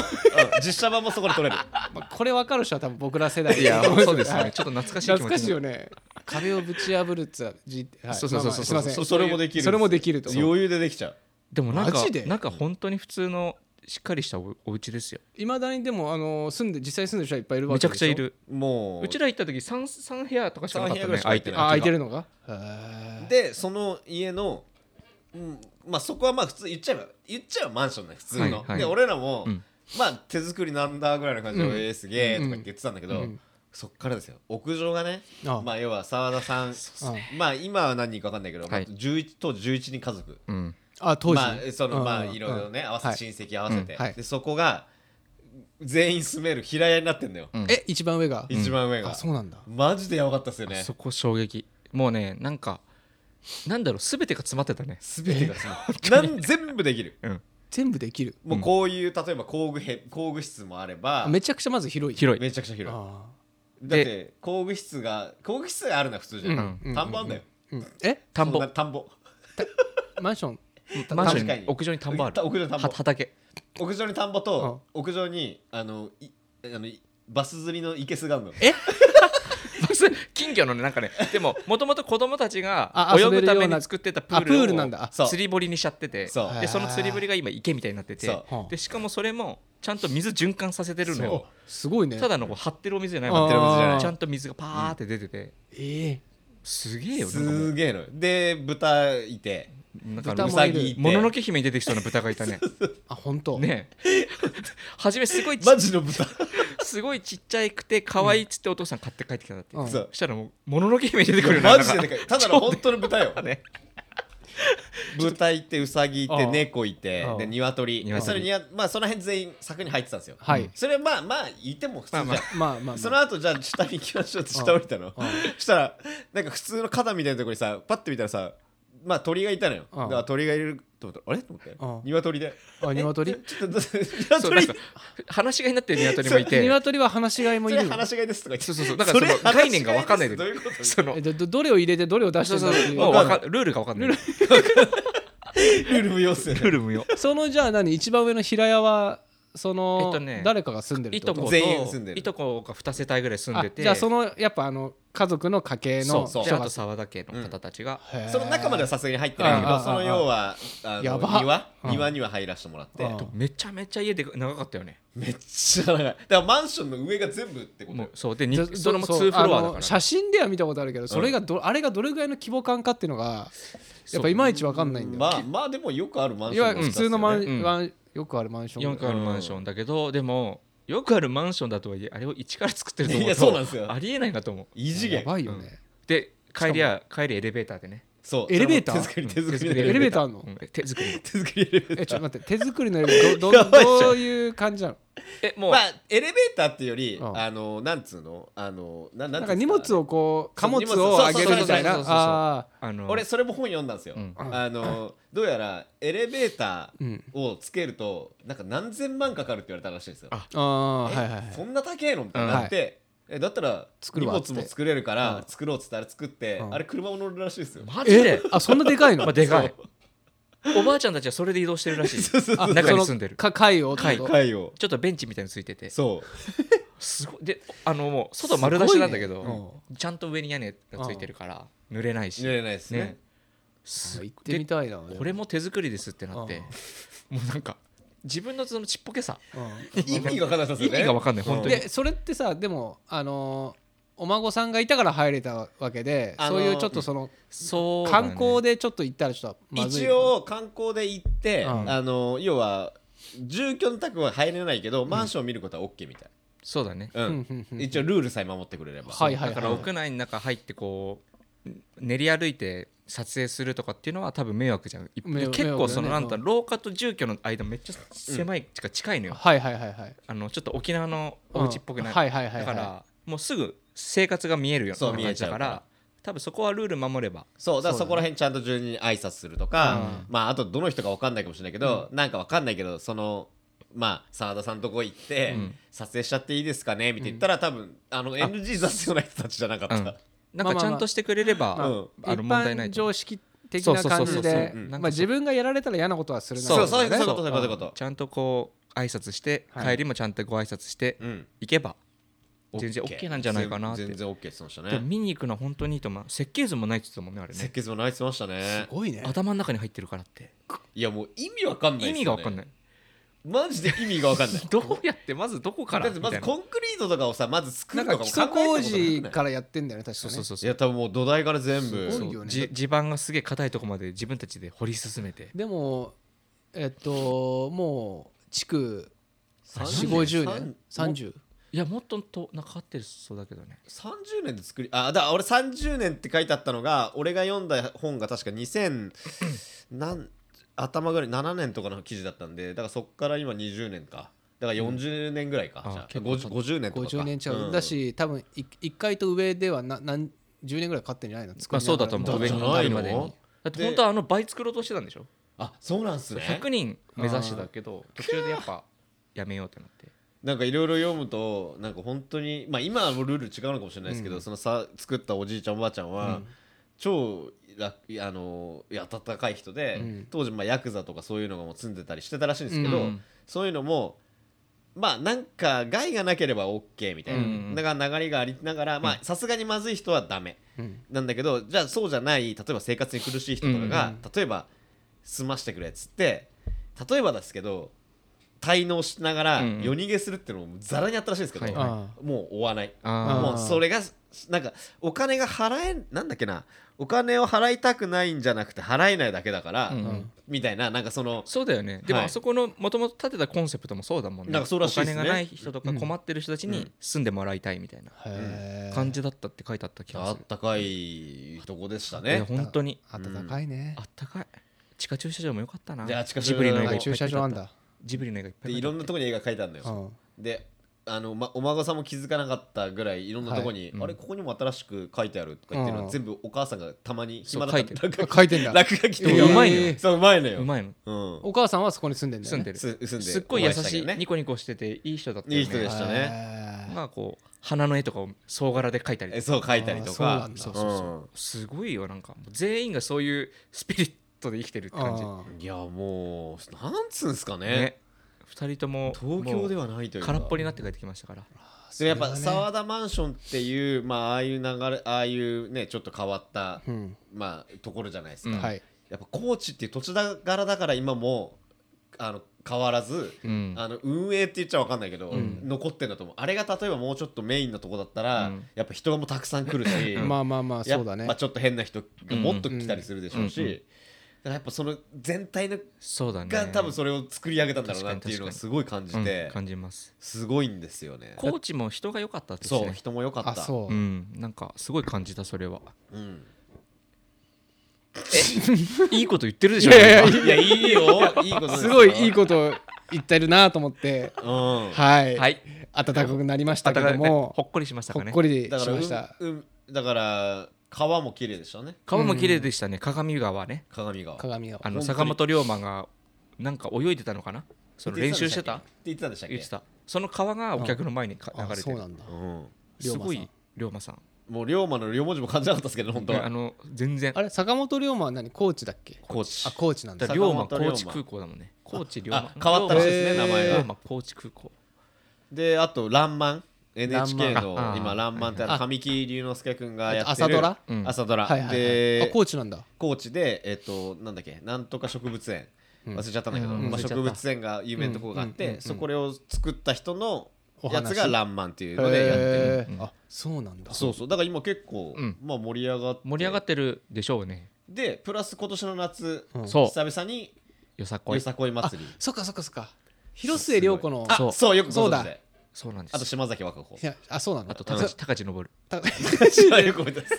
Speaker 2: 実写版もそこで撮れる
Speaker 1: まあこれ分かる人は多分僕ら世代
Speaker 3: いや
Speaker 1: と思ん
Speaker 3: そうです
Speaker 1: は
Speaker 3: ね
Speaker 1: い
Speaker 3: ちょっと懐かしい気持ち
Speaker 1: 懐かしいよ
Speaker 3: ね
Speaker 1: ね壁をぶち破るっつは G はい
Speaker 3: そうそうそ
Speaker 1: まあま
Speaker 3: うそう
Speaker 1: あすいません
Speaker 2: そ それもできる
Speaker 1: それもできると
Speaker 2: 余裕でできちゃう
Speaker 3: でもなん
Speaker 1: マ
Speaker 3: か
Speaker 1: ジで
Speaker 3: なんか本当に普通のしっかりしたおお家ですよ
Speaker 1: いまだにでもあの住んで実際住んでる人はいっぱいいるわ
Speaker 3: めち
Speaker 1: け
Speaker 3: ゃ
Speaker 1: でしょ
Speaker 3: くちゃいる
Speaker 2: もう
Speaker 3: うちら行った時 3, 三部屋とかしかなかった
Speaker 2: 三部屋ぐら
Speaker 3: ね
Speaker 2: いしか入っ
Speaker 3: 空い
Speaker 2: て
Speaker 3: て
Speaker 2: な
Speaker 3: る
Speaker 1: あ空いて
Speaker 3: る
Speaker 1: るのがへー
Speaker 2: でその家の、うん、まあそこはまあ普通言っちゃえば言っちゃえばマンションね普通の、
Speaker 3: はいはい
Speaker 2: で俺らも、
Speaker 3: うん
Speaker 2: まあ手作りなんだぐらいの感じで、
Speaker 1: うん
Speaker 2: えーすげえと
Speaker 1: う
Speaker 2: か
Speaker 1: ん
Speaker 2: 言って言ってたんだけど、
Speaker 1: うん
Speaker 2: そっからですよ屋上がね
Speaker 1: ああ
Speaker 2: まあ要は澤田さんまあ今は何人か分かんないけど、
Speaker 3: はい
Speaker 2: 11当時11人家族
Speaker 3: うん
Speaker 1: あ当時
Speaker 2: まあそのまあ
Speaker 1: うん
Speaker 2: いろいろね合わせ
Speaker 1: はい
Speaker 2: 親戚合わせて、
Speaker 1: うんはい
Speaker 2: でそこが全員住める平屋になってんだよ、
Speaker 3: うん
Speaker 1: え一番上が
Speaker 2: 一番上が、
Speaker 1: あそうなんだ
Speaker 2: マジでやばかったっすよね
Speaker 3: そこ衝撃もうねなんかなんだろう全てが詰まってたね
Speaker 2: すべてがさなん全部できる
Speaker 1: 全部できる
Speaker 2: もうこういう、例えば工具へ工具室もあれば
Speaker 1: あめちゃくちゃまず広い
Speaker 3: 広い
Speaker 2: めちゃくちゃ広い
Speaker 1: あ
Speaker 2: だって工具室が工具室があるのは普通じゃん、
Speaker 1: うん
Speaker 2: 田んぼあんだよ、
Speaker 1: ーうんえ
Speaker 3: 田ん
Speaker 2: そ
Speaker 3: ぼ
Speaker 2: な田んぼ
Speaker 1: マンショ ン
Speaker 3: マンション
Speaker 2: 確
Speaker 3: に
Speaker 2: かに
Speaker 3: 屋上に田んぼある
Speaker 2: た屋上に田んぼ
Speaker 3: は畑
Speaker 2: 屋上に田んぼと、屋上にあのいあのいバス釣りのいけすがあるの
Speaker 1: え
Speaker 3: そう金魚のねなんかねでももともと子供たちが
Speaker 1: あ遊べ
Speaker 3: 泳ぐ
Speaker 1: る
Speaker 3: た
Speaker 1: ような
Speaker 3: めに作ってたプ
Speaker 1: あプー
Speaker 3: ー
Speaker 1: ル
Speaker 3: ル
Speaker 1: なんだあ
Speaker 2: そう
Speaker 3: を釣り堀にしちゃってて
Speaker 2: そう
Speaker 3: でその釣り堀が今池みたいになってて
Speaker 2: そう
Speaker 3: でしかもそれもちゃんと水循環させてるのよ
Speaker 1: すごいね
Speaker 3: ただのこう張ってるお水じゃない
Speaker 1: 張ってるお水じゃない
Speaker 3: ちゃんと水がパーって出てて
Speaker 1: ええ
Speaker 3: すげえよ
Speaker 2: す
Speaker 3: なんかもう
Speaker 2: ーげえのよで豚いて
Speaker 3: なんかあ
Speaker 1: 豚
Speaker 3: の
Speaker 2: う
Speaker 1: も
Speaker 2: さ
Speaker 1: いる
Speaker 2: ぎいて
Speaker 3: もののけ姫に出てきそうな豚がいたね
Speaker 1: あ本当
Speaker 3: ね 初めすごいち
Speaker 2: マジの豚
Speaker 3: すごいちっちゃくて可愛いっつってお父さん買って帰ってきたんだって
Speaker 1: うん
Speaker 2: そう
Speaker 3: そしたらもうもののけ姫に出てくるよ
Speaker 2: マジで
Speaker 3: なん
Speaker 2: でかいただの本当の豚よ
Speaker 3: かね
Speaker 2: 豚いてウサギい
Speaker 1: あ
Speaker 2: て
Speaker 1: あ
Speaker 2: 猫いて
Speaker 1: ああ
Speaker 2: で鶏
Speaker 3: 鶏
Speaker 2: それにまあその辺全員柵に入ってたんですよ
Speaker 1: はい
Speaker 2: それまあまあ言っても普通じゃん、
Speaker 3: まあま
Speaker 1: まあまあまあ
Speaker 2: その後じゃあ下に行きましょうって下降りたの
Speaker 1: ああ
Speaker 2: したらなんか普通の肩みたいなところにさパッて見たらさまあ鳥がいたのよ
Speaker 1: ああ
Speaker 2: だから鳥がいると思ったらあれと思って
Speaker 1: ああ
Speaker 2: 鶏で
Speaker 1: あ 鶏
Speaker 2: えちょっと
Speaker 3: そうなん
Speaker 2: 鶏
Speaker 3: か話し飼いになってる鶏もいて
Speaker 1: 鶏は放し飼いもい
Speaker 2: そ
Speaker 1: る
Speaker 2: れ
Speaker 1: の
Speaker 2: 話し飼いですとか言って
Speaker 3: そうそうそうだからその
Speaker 2: れ話し飼い
Speaker 3: 概念が分かんない
Speaker 2: ですどういうこと
Speaker 3: その
Speaker 1: えじゃあどどれを入れてどれを出して
Speaker 3: そう
Speaker 1: るんだ
Speaker 3: そ
Speaker 1: って
Speaker 3: うそう
Speaker 1: い
Speaker 3: もう
Speaker 1: う
Speaker 3: わかルールが分かんないル
Speaker 2: ルール無用っ すよね
Speaker 3: ール無用
Speaker 1: そのじゃあ何一番上の平屋はその、
Speaker 3: えっとね
Speaker 1: 誰かが住んでるっ
Speaker 3: い
Speaker 1: てことと
Speaker 3: こと
Speaker 2: 全員住んでる
Speaker 3: いとこが2世帯ぐらい住んで
Speaker 1: あ
Speaker 3: て
Speaker 1: じゃあそのやっぱあの家族の家系の人
Speaker 3: そうであ
Speaker 1: が
Speaker 3: と沢田家の方たちが
Speaker 1: へー
Speaker 2: その中まではさすがに入ってないけ
Speaker 1: あああ
Speaker 2: ど
Speaker 1: あ
Speaker 2: その要はあ
Speaker 1: や
Speaker 2: の
Speaker 1: ば
Speaker 2: 庭
Speaker 1: うん
Speaker 2: 庭には入らせてもらって
Speaker 1: ああ
Speaker 3: めちゃめちゃ家で長かったよね
Speaker 2: めっちゃ長いだからマンションの上が全部ってこと
Speaker 3: も
Speaker 2: よ
Speaker 3: うそうで
Speaker 1: じゃ
Speaker 3: にそれも
Speaker 1: そう
Speaker 3: 2フロアだ
Speaker 1: あ
Speaker 3: か
Speaker 1: の
Speaker 3: ら
Speaker 1: 写真では見たことあるけどそれがど、あれがどれぐらいの規模感かっていうのがやっぱいまいちわかんないんだよ、
Speaker 2: まあまあでもよくあるマンシ
Speaker 1: いわ
Speaker 2: ョ
Speaker 1: ゆ
Speaker 2: ン
Speaker 1: る普通のマン、
Speaker 3: うん
Speaker 1: ワンよくあるマンション
Speaker 3: よくあるマンションだけど、でもよくあるマンションだとはいえあれを一から作ってると
Speaker 2: い
Speaker 3: 思
Speaker 2: や
Speaker 3: う
Speaker 2: そうなんです
Speaker 3: と
Speaker 2: よ
Speaker 3: ありえないなと思う
Speaker 2: 異次
Speaker 1: や
Speaker 2: 元
Speaker 1: ばいよね、
Speaker 3: で帰りや帰りエレベーターでね
Speaker 2: そう
Speaker 1: エレベーター
Speaker 2: 手作り手作り
Speaker 1: エレベーターあんの
Speaker 3: うん手作りの
Speaker 2: 手作りエレベー
Speaker 1: えち
Speaker 2: タ
Speaker 1: ょっ
Speaker 2: ー
Speaker 1: と待って手作りの 絵どど
Speaker 2: やばいじゃん
Speaker 1: どういう感じなの
Speaker 3: えもう、
Speaker 2: まあエレベーターっていうより
Speaker 1: うん
Speaker 2: あのなんつうのあのな
Speaker 1: な
Speaker 2: な
Speaker 1: んん
Speaker 2: つう
Speaker 1: か荷物
Speaker 2: を
Speaker 1: をこう貨
Speaker 2: そう
Speaker 1: 物
Speaker 2: 荷
Speaker 1: を
Speaker 2: 物
Speaker 1: 上げるみたいな
Speaker 3: そうそうそうそうそう
Speaker 1: あ
Speaker 3: あの
Speaker 2: 俺それも本読んだんですよ、
Speaker 3: うん
Speaker 2: あのどうやらエレベータ
Speaker 1: ーうん
Speaker 2: ーをつけるとなんか何千万かかるって言われたらしいんですよ
Speaker 3: あ
Speaker 1: ああはいはいは
Speaker 2: え
Speaker 1: い
Speaker 2: そんな高えのみたいになって、えだったら
Speaker 1: 作
Speaker 2: 荷
Speaker 1: るわっつって
Speaker 2: 物も作れるから
Speaker 1: うん
Speaker 2: 作ろうっつったら作って、
Speaker 1: うん
Speaker 2: あれ車も乗るらしいですよ、
Speaker 3: マジで
Speaker 1: えあそんなでかいの
Speaker 3: まあ、でかいおばあちゃんたちはそれで移動してるらしいちょ
Speaker 1: あ
Speaker 3: 中に
Speaker 1: その
Speaker 3: 住んでる
Speaker 1: か貝をってこと
Speaker 3: 貝
Speaker 2: 回を
Speaker 3: っとベンチみたいについてて
Speaker 2: そう
Speaker 3: すごいであのもう外丸出しなんだけど、
Speaker 1: すごいね
Speaker 3: ちゃんと上に屋根がついてるから濡れないし
Speaker 2: 寝れないですね
Speaker 3: ねす
Speaker 1: 行ってみたいな
Speaker 3: でこれも手作りですってなってもうなんか自分のそのちっぽけさ
Speaker 1: う
Speaker 2: 意味が分かんないです
Speaker 3: 意
Speaker 2: よね
Speaker 3: 味が分かんない本
Speaker 1: ん
Speaker 3: 当に
Speaker 1: でそれってさでもあのーお孫さんがいたから入れたわけで、
Speaker 2: あのー
Speaker 1: そういうちょっとその
Speaker 3: そうだね
Speaker 1: 観光でちょっと行ったらちょっとまずい
Speaker 2: 一応観光で行って、
Speaker 1: うん
Speaker 2: あの要は住居の宅は入れないけど、マンションを見ることは OK みたい、
Speaker 3: そうだね
Speaker 2: う
Speaker 1: うんんうんうん
Speaker 2: 一応ルールさえ守ってくれれば、
Speaker 1: はいはい
Speaker 3: だから屋内の中入ってこう練り歩いて撮影するとかっていうのは多分迷惑じゃんい
Speaker 1: 迷惑
Speaker 3: 結構その
Speaker 1: 迷惑だ
Speaker 3: な
Speaker 1: ね
Speaker 3: んだ廊下と住居の間めっちゃ狭いちか近いのよ
Speaker 1: はいはいはいはい
Speaker 3: あのちょっと沖縄の
Speaker 1: うん
Speaker 3: お家っぽくない
Speaker 1: はいはいはいは
Speaker 3: だ
Speaker 1: い
Speaker 3: からもうすぐ生活が見えるよ
Speaker 2: そう
Speaker 3: うな感じだか
Speaker 2: 見えちゃうから
Speaker 3: ら多分そこはルール守れば
Speaker 2: そうだからそこら辺ちゃんと住人に挨拶するとか、まああとどの人か分かんないかもしれないけど、なんか分かんないけどそのまあ澤田さんとこ行って、
Speaker 3: うん
Speaker 2: 撮影しちゃっていいですかねみたいな言ったら、多分あの NG 出すような人たちじゃなかった、
Speaker 3: うんなんかちゃんとしてくれれ
Speaker 2: まあまあま
Speaker 3: ば
Speaker 1: 一
Speaker 3: あの問題ない
Speaker 1: 般
Speaker 3: と思
Speaker 1: 常
Speaker 3: う
Speaker 1: 識的な感
Speaker 3: そ
Speaker 1: じ
Speaker 3: うそうそう
Speaker 1: で
Speaker 3: そううん
Speaker 1: まあ自分がやられたら嫌なことはするな
Speaker 2: そうそういう
Speaker 1: だ
Speaker 2: こ
Speaker 1: ね
Speaker 2: とそういうことそういうこと
Speaker 3: ちゃんとこう挨拶して、
Speaker 1: はい
Speaker 3: 帰りもちゃんとご挨拶して
Speaker 2: うん
Speaker 3: 行けば、全然 OK なんじゃないかなって
Speaker 2: 全全然 OK って言ってました
Speaker 3: でも
Speaker 2: ね
Speaker 3: 見に行くのは本当にいいと思う設計図もないって言ってたもんねあれ
Speaker 2: 設
Speaker 3: ね
Speaker 2: 計図も泣いてましたね
Speaker 1: すごいね
Speaker 3: 頭の中に入ってるからって
Speaker 2: いやもう意味わかんない
Speaker 3: 意
Speaker 2: っすよね
Speaker 3: 味が分かんない
Speaker 2: マジで意味がわかんない
Speaker 3: どうやってまずどこか
Speaker 2: だ
Speaker 3: ら
Speaker 2: っ
Speaker 3: み
Speaker 2: て
Speaker 3: た
Speaker 2: まず
Speaker 3: いな
Speaker 2: コンクリートとかをさまず作
Speaker 1: な
Speaker 2: る
Speaker 1: んか
Speaker 2: と
Speaker 1: 基
Speaker 2: か
Speaker 1: 礎
Speaker 2: も考え
Speaker 1: 工
Speaker 2: たことない
Speaker 1: 事からやってんだよね確か
Speaker 3: そう
Speaker 1: ね
Speaker 3: そうそう
Speaker 2: い
Speaker 3: そう
Speaker 2: や多分もう土台から全部
Speaker 1: すごい
Speaker 3: そ
Speaker 1: よ
Speaker 3: う
Speaker 1: ね
Speaker 3: じ地盤がすげえ硬いとこまで自分たちで掘り進めて
Speaker 1: でもえっともう築4
Speaker 2: 30
Speaker 1: 5 0年
Speaker 2: 三
Speaker 1: 30
Speaker 3: いやもっととなんかかってるそうだけどね
Speaker 2: 30年で作りあだから俺30年って書いてあったのが俺が読んだ本が確か2000なん頭ぐらい7年とかの記事だったんでだからそっから今20年かだから40年ぐらいか、
Speaker 3: うん
Speaker 2: じゃ
Speaker 3: あ
Speaker 2: あ
Speaker 3: 結構
Speaker 2: 50, 50年とかか
Speaker 1: 50年ちゃう、
Speaker 2: ん
Speaker 1: だし多分い1階と上ではな何10年ぐらいかかってんじゃないの
Speaker 3: まあそうだと思
Speaker 1: 上
Speaker 3: う上
Speaker 2: じゃ
Speaker 3: に
Speaker 2: な
Speaker 3: ないる
Speaker 2: の
Speaker 3: までにだって本当はあの倍作ろうとしてたんでしょ
Speaker 2: あそうなんすね
Speaker 3: 100人目指してたけど途中でやっぱやめようってなって
Speaker 2: なんかいろいろ読むとなんか本当にまあ今はもうルール違うのかもしれないですけど、そのさ作ったおじいちゃんおばあちゃんは、超楽あのいや温かい人で、
Speaker 1: うん
Speaker 2: 当時まあヤクザとかそういうのがもう住んでたりしてたらしいんですけど、
Speaker 3: うん
Speaker 2: そういうのもまあなんか害がなければ OK みたいな、
Speaker 3: うん
Speaker 2: だから流れがありながらまあさすがにまずい人はダメ
Speaker 1: うん
Speaker 2: なんだけどじゃあそうじゃない例えば生活に苦しい人とかが、例えば済ましてくれっつって例えばですけど滞納しながら
Speaker 3: うんうん
Speaker 2: 夜逃げするっていうのもざらにやったらしいんですけど、
Speaker 3: はいは
Speaker 1: あ
Speaker 2: もう追わない
Speaker 1: ー
Speaker 2: もうそれがなんかお金が払えなんだっけなお金を払いたくないんじゃなくて払えないだけだから、
Speaker 3: うん
Speaker 1: うん
Speaker 2: みたいななんかその
Speaker 3: そうだよねでも
Speaker 2: はい
Speaker 3: あそこのもともと立てたコンセプトもそうだもんね
Speaker 2: なんかそうらしいですね
Speaker 3: お金がない人とか困ってる人たち
Speaker 2: う
Speaker 3: に
Speaker 2: ん
Speaker 3: 住んでもらいたいみたいな
Speaker 1: へー
Speaker 3: 感じだったって書いてあった気が
Speaker 2: あ
Speaker 3: す
Speaker 2: っ
Speaker 3: る
Speaker 2: たかいとこでした
Speaker 3: いや
Speaker 2: ね。
Speaker 3: 本当に
Speaker 1: 暖かいね
Speaker 3: あったかい地下駐車場も良かったない
Speaker 2: や地下駐車
Speaker 3: ジ
Speaker 2: 場
Speaker 3: ブリの絵がいっぱ
Speaker 1: あ
Speaker 3: い
Speaker 1: 駐車場あんだ
Speaker 3: ジブリの絵がいっぱ
Speaker 2: で
Speaker 3: い
Speaker 2: いろんなと
Speaker 3: こ
Speaker 2: こに絵が描いたんだ
Speaker 1: う
Speaker 2: よ。
Speaker 1: ん
Speaker 2: であの、ま、お孫さんも気づかなかったぐらいいろんなとこに、
Speaker 3: はい
Speaker 2: あれ
Speaker 3: うん
Speaker 2: ここにも新しく書いてあるとか言ってるの、
Speaker 1: うん
Speaker 2: 全部お母さんがたまに暇だか
Speaker 3: そう書いて
Speaker 2: ら落
Speaker 3: る
Speaker 2: 書き
Speaker 1: あ書いてんだ
Speaker 2: 落書きとか
Speaker 3: でもうまいのよ
Speaker 1: えー
Speaker 2: そううまいのよ。
Speaker 3: うまいの
Speaker 2: うん
Speaker 1: お母さんはそこに住んでんだよ
Speaker 3: 住んで
Speaker 1: ね
Speaker 3: る
Speaker 2: す住んです
Speaker 3: っごい優し
Speaker 2: お会いしたけど
Speaker 3: い
Speaker 2: ね
Speaker 3: ニコニコしてていい人だったよね
Speaker 2: いい人で
Speaker 1: へ
Speaker 2: す
Speaker 1: ー
Speaker 2: した
Speaker 3: がこう花の絵とかを総柄で描いたりと
Speaker 2: え
Speaker 3: か
Speaker 2: そう書いたりとか
Speaker 1: あー
Speaker 3: そう
Speaker 2: う
Speaker 3: そうんそうすごいよなんか全員がそういうスピリットで生きてるって感じ
Speaker 1: あ
Speaker 2: いやもうなんつうんですかね
Speaker 3: ね二人とも
Speaker 2: 東京で
Speaker 3: は
Speaker 2: はないというか
Speaker 3: 空っぽになって帰ってきましたから
Speaker 1: ー
Speaker 2: でやっぱ
Speaker 1: それはね
Speaker 2: 澤田マンションっていうまあああいう流れああいうねちょっと変わった、
Speaker 1: うん
Speaker 2: まあところじゃないですか、
Speaker 3: うん
Speaker 1: はい
Speaker 2: やっぱ高知っていう土地だ柄だから今もあの変わらず、
Speaker 3: うん
Speaker 2: あの運営って言っちゃ分かんないけど、
Speaker 3: ん
Speaker 2: 残ってんだと思うあれが例えばもうちょっとメインのとこだったら、
Speaker 3: うん
Speaker 2: やっぱ人がもうたくさん来るし、
Speaker 1: まあまあまあそうだね
Speaker 2: やっぱちょっと変な人がもっと来たりするでしょうし、
Speaker 3: うんうんうん
Speaker 2: だからやっぱその全体の
Speaker 3: そうだね
Speaker 2: が多分それを作り上げたんだろうなっていうのがすごい感じて、
Speaker 3: うん感じます
Speaker 2: すごいんですよね。
Speaker 3: コーチも人が良かったですね
Speaker 2: そう人も良かった
Speaker 1: あそううん
Speaker 3: なんかすごい感じたそれは
Speaker 2: うん
Speaker 3: いいこと言ってるで
Speaker 1: い
Speaker 3: しょ今
Speaker 1: やいや
Speaker 2: いやいいよいいことです
Speaker 1: すごいいい
Speaker 2: と
Speaker 1: こと言ってるなと思って
Speaker 2: うん
Speaker 1: はい
Speaker 3: はい
Speaker 1: 暖かくなりましたけ
Speaker 3: 暖か
Speaker 1: ど
Speaker 3: いね
Speaker 1: も
Speaker 3: ほっこりしました
Speaker 1: ほ
Speaker 3: か
Speaker 1: っ
Speaker 3: ね
Speaker 1: こりし
Speaker 2: だ
Speaker 1: ま
Speaker 2: からうん
Speaker 1: した
Speaker 2: うんだから川も綺麗でしたね
Speaker 3: 川も綺麗でしたね鏡川ね
Speaker 2: 鏡川
Speaker 1: 鏡が
Speaker 3: あ
Speaker 2: 本当
Speaker 3: の
Speaker 2: に
Speaker 3: 坂本龍馬がなんか泳いでたのかなその練習してた
Speaker 2: って言ってたんでしたっけ
Speaker 3: 言ってたその川がお客の前にか流
Speaker 1: あ
Speaker 3: れ
Speaker 1: そ
Speaker 3: て
Speaker 1: う
Speaker 3: る
Speaker 1: なんだ
Speaker 2: うん
Speaker 3: すご
Speaker 1: 龍馬さん
Speaker 3: い龍馬さん
Speaker 2: もう龍馬の龍文字も感じなかったですけどね本当
Speaker 3: ねあ
Speaker 2: は
Speaker 3: の全然
Speaker 1: あれ坂本龍馬は何高知だっけ
Speaker 2: 高知
Speaker 1: あ高知なん
Speaker 3: だ
Speaker 1: だ
Speaker 3: から龍馬
Speaker 2: 坂本龍馬
Speaker 3: 高知空港だもんね高知龍
Speaker 2: あ
Speaker 3: 馬
Speaker 2: 変わったらしい
Speaker 1: へ
Speaker 2: ですね
Speaker 1: ー
Speaker 2: 名前
Speaker 3: 龍
Speaker 2: が
Speaker 3: 馬高知空港
Speaker 2: であと「らんまん」NHK
Speaker 1: らん
Speaker 3: まん
Speaker 2: の
Speaker 3: あ
Speaker 2: 今「らんまん」ってあの
Speaker 1: あ
Speaker 2: 神木隆之介君がやってる
Speaker 1: 朝ドラ
Speaker 3: うん
Speaker 2: 朝ドラ
Speaker 1: はいはいはいあ
Speaker 2: で
Speaker 1: 高知なんだ
Speaker 2: 高知でえっとなんだっけなんとか植物園
Speaker 1: うん
Speaker 2: 忘れちゃったんだけど、
Speaker 3: うん
Speaker 2: まあ、
Speaker 3: 忘れちゃった
Speaker 2: 植物園が有名なとこがあっ
Speaker 1: うんうんうんう
Speaker 2: て
Speaker 1: ん
Speaker 2: そこを作った人のやつ
Speaker 1: お
Speaker 2: が「
Speaker 1: 話
Speaker 2: らんまん」っていうのでやってる
Speaker 1: へ
Speaker 3: うん
Speaker 1: ーあそうなんだ
Speaker 2: そうそうだから今結構、
Speaker 3: うん
Speaker 2: まあ、盛り上がって
Speaker 3: 盛り上がってるでしょうね
Speaker 2: でプラス今年の夏、
Speaker 1: うん
Speaker 3: そう
Speaker 2: 久々に
Speaker 3: よさこ
Speaker 2: よ
Speaker 3: い
Speaker 2: さこい
Speaker 1: あ
Speaker 2: 祭り
Speaker 1: そっかそっかそっか広末涼子の
Speaker 2: あ
Speaker 3: そ
Speaker 2: そううよくご存知
Speaker 1: そう
Speaker 2: で
Speaker 3: そうなんで
Speaker 2: あと
Speaker 3: す
Speaker 2: 島崎和歌子
Speaker 1: いやあそうなんだ
Speaker 3: あと高
Speaker 1: うん
Speaker 3: 知高知登る
Speaker 1: た
Speaker 2: 島崎和歌子です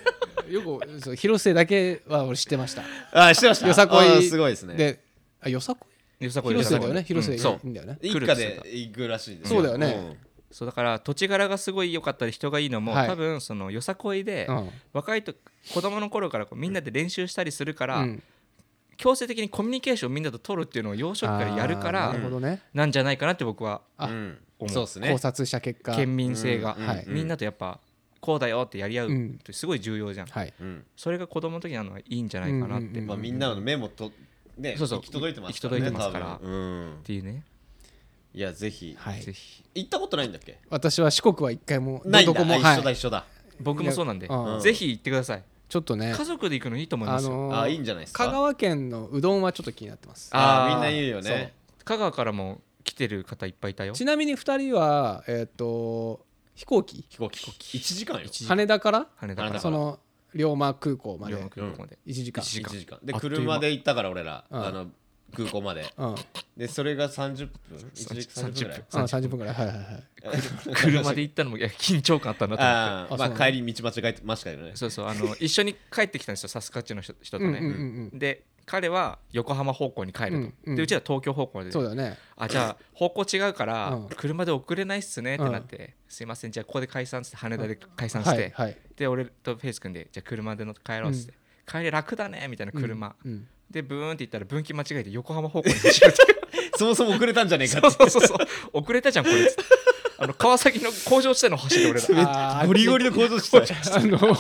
Speaker 1: よくそう広末だけは俺知ってました
Speaker 2: あしてました
Speaker 1: よさこ
Speaker 2: あー
Speaker 1: い
Speaker 2: すごいですね
Speaker 1: であよさこい
Speaker 3: よさこい
Speaker 1: 広末だよ
Speaker 3: よ
Speaker 1: ね
Speaker 3: さこい
Speaker 1: 広末
Speaker 3: うんそう
Speaker 1: いいんだよね
Speaker 2: 一家で行くらしいです
Speaker 1: そうだよね
Speaker 3: そうだから土地柄がすごい良かったり人がいいのも、
Speaker 1: はい
Speaker 3: 多分そのよさこいで、
Speaker 1: うん
Speaker 3: 若いと子供の頃からこうみんなで練習したりするから、
Speaker 1: うん
Speaker 3: 強制的にコミュニケーションをみんなと取るっていうのを幼少期からやるか
Speaker 1: あー
Speaker 3: ら
Speaker 1: なるほどね
Speaker 3: なんじゃないかなって僕は
Speaker 2: う
Speaker 1: うんん
Speaker 2: うんそうですね
Speaker 1: 考察した結果
Speaker 3: 県民性が、
Speaker 2: うん
Speaker 1: はい
Speaker 3: みんなとやっぱこうだよってやり合うってすごい重要じゃん、
Speaker 1: はい
Speaker 2: うん
Speaker 3: それが子供の時なのはいいんじゃないかなって、
Speaker 1: うんうんうん
Speaker 2: まあ、みんなの目もとね
Speaker 3: そうそう
Speaker 2: 行き届いてますから,、ね、
Speaker 3: 行き届いてますから
Speaker 2: 多分うん
Speaker 3: っ、ていうね、
Speaker 2: いやぜひ
Speaker 1: はい
Speaker 3: ぜひ
Speaker 2: 行ったことないんだっけ
Speaker 1: 私は四国は一回も
Speaker 2: ないん
Speaker 1: ど
Speaker 2: だ
Speaker 1: こも
Speaker 2: あ一緒だ
Speaker 1: はい
Speaker 2: 一緒だ、
Speaker 3: 僕もそうなんで、
Speaker 1: いやうん
Speaker 3: ぜひ行ってください
Speaker 1: ちょっとね
Speaker 3: 家族で行くのいいと思いますよ、
Speaker 1: の
Speaker 2: あいいんじゃないですか
Speaker 1: 香川県のうどんはちょっと気になってます
Speaker 2: あ
Speaker 3: あー
Speaker 2: みんな言うよね
Speaker 3: 香川からも来てる方いっぱいいたよ
Speaker 1: ちなみに二人はえっ、と飛行機
Speaker 2: 飛行機1時間よ
Speaker 3: 一時
Speaker 1: 羽田から
Speaker 3: 羽田か
Speaker 2: 羽田
Speaker 3: ら
Speaker 1: その龍馬空港まで
Speaker 3: 龍馬空港まで、
Speaker 1: 1時間
Speaker 3: 一
Speaker 2: 1
Speaker 3: 時間
Speaker 2: 時間で
Speaker 3: あっという間
Speaker 2: 車で行ったから俺ら、
Speaker 1: うん
Speaker 2: あの空港まで
Speaker 1: うん、うん、
Speaker 2: でそれが30分1時間30分ぐらい
Speaker 1: 30分ぐらいはいはいはい
Speaker 3: 車で行ったの もいや緊張感あったなと思って
Speaker 2: あー
Speaker 1: あ
Speaker 2: ま
Speaker 1: そうな
Speaker 2: あ
Speaker 1: の
Speaker 2: 帰り道間違えてましたよね
Speaker 3: そうそうあの一緒に帰ってきたんですよサスカッチの人人と
Speaker 1: うんうんう
Speaker 3: ね、
Speaker 1: ん
Speaker 3: で彼は横浜方向に帰ると、
Speaker 1: うんうん
Speaker 3: でうちら東京方向
Speaker 1: う
Speaker 3: で
Speaker 1: んそうだよね
Speaker 3: あじゃあ方向違うから、
Speaker 1: うん
Speaker 3: 車で遅れないっすねってなって、すいませんじゃあここで解散っつって羽田で解散して、
Speaker 1: はいはい
Speaker 3: で俺とフェイス君でじゃあ車での帰ろうっつって、帰り楽だねみたいな車、
Speaker 1: うん
Speaker 3: でブーンって行ったら分岐間違えて横浜方向に走るっていう
Speaker 2: そもそも遅れたんじゃねえか
Speaker 3: そうそうそうそう遅れたじゃんこれっつって あの川崎の工場地帯の走り俺ら
Speaker 1: あー
Speaker 2: ゴリゴリの構造して
Speaker 1: あの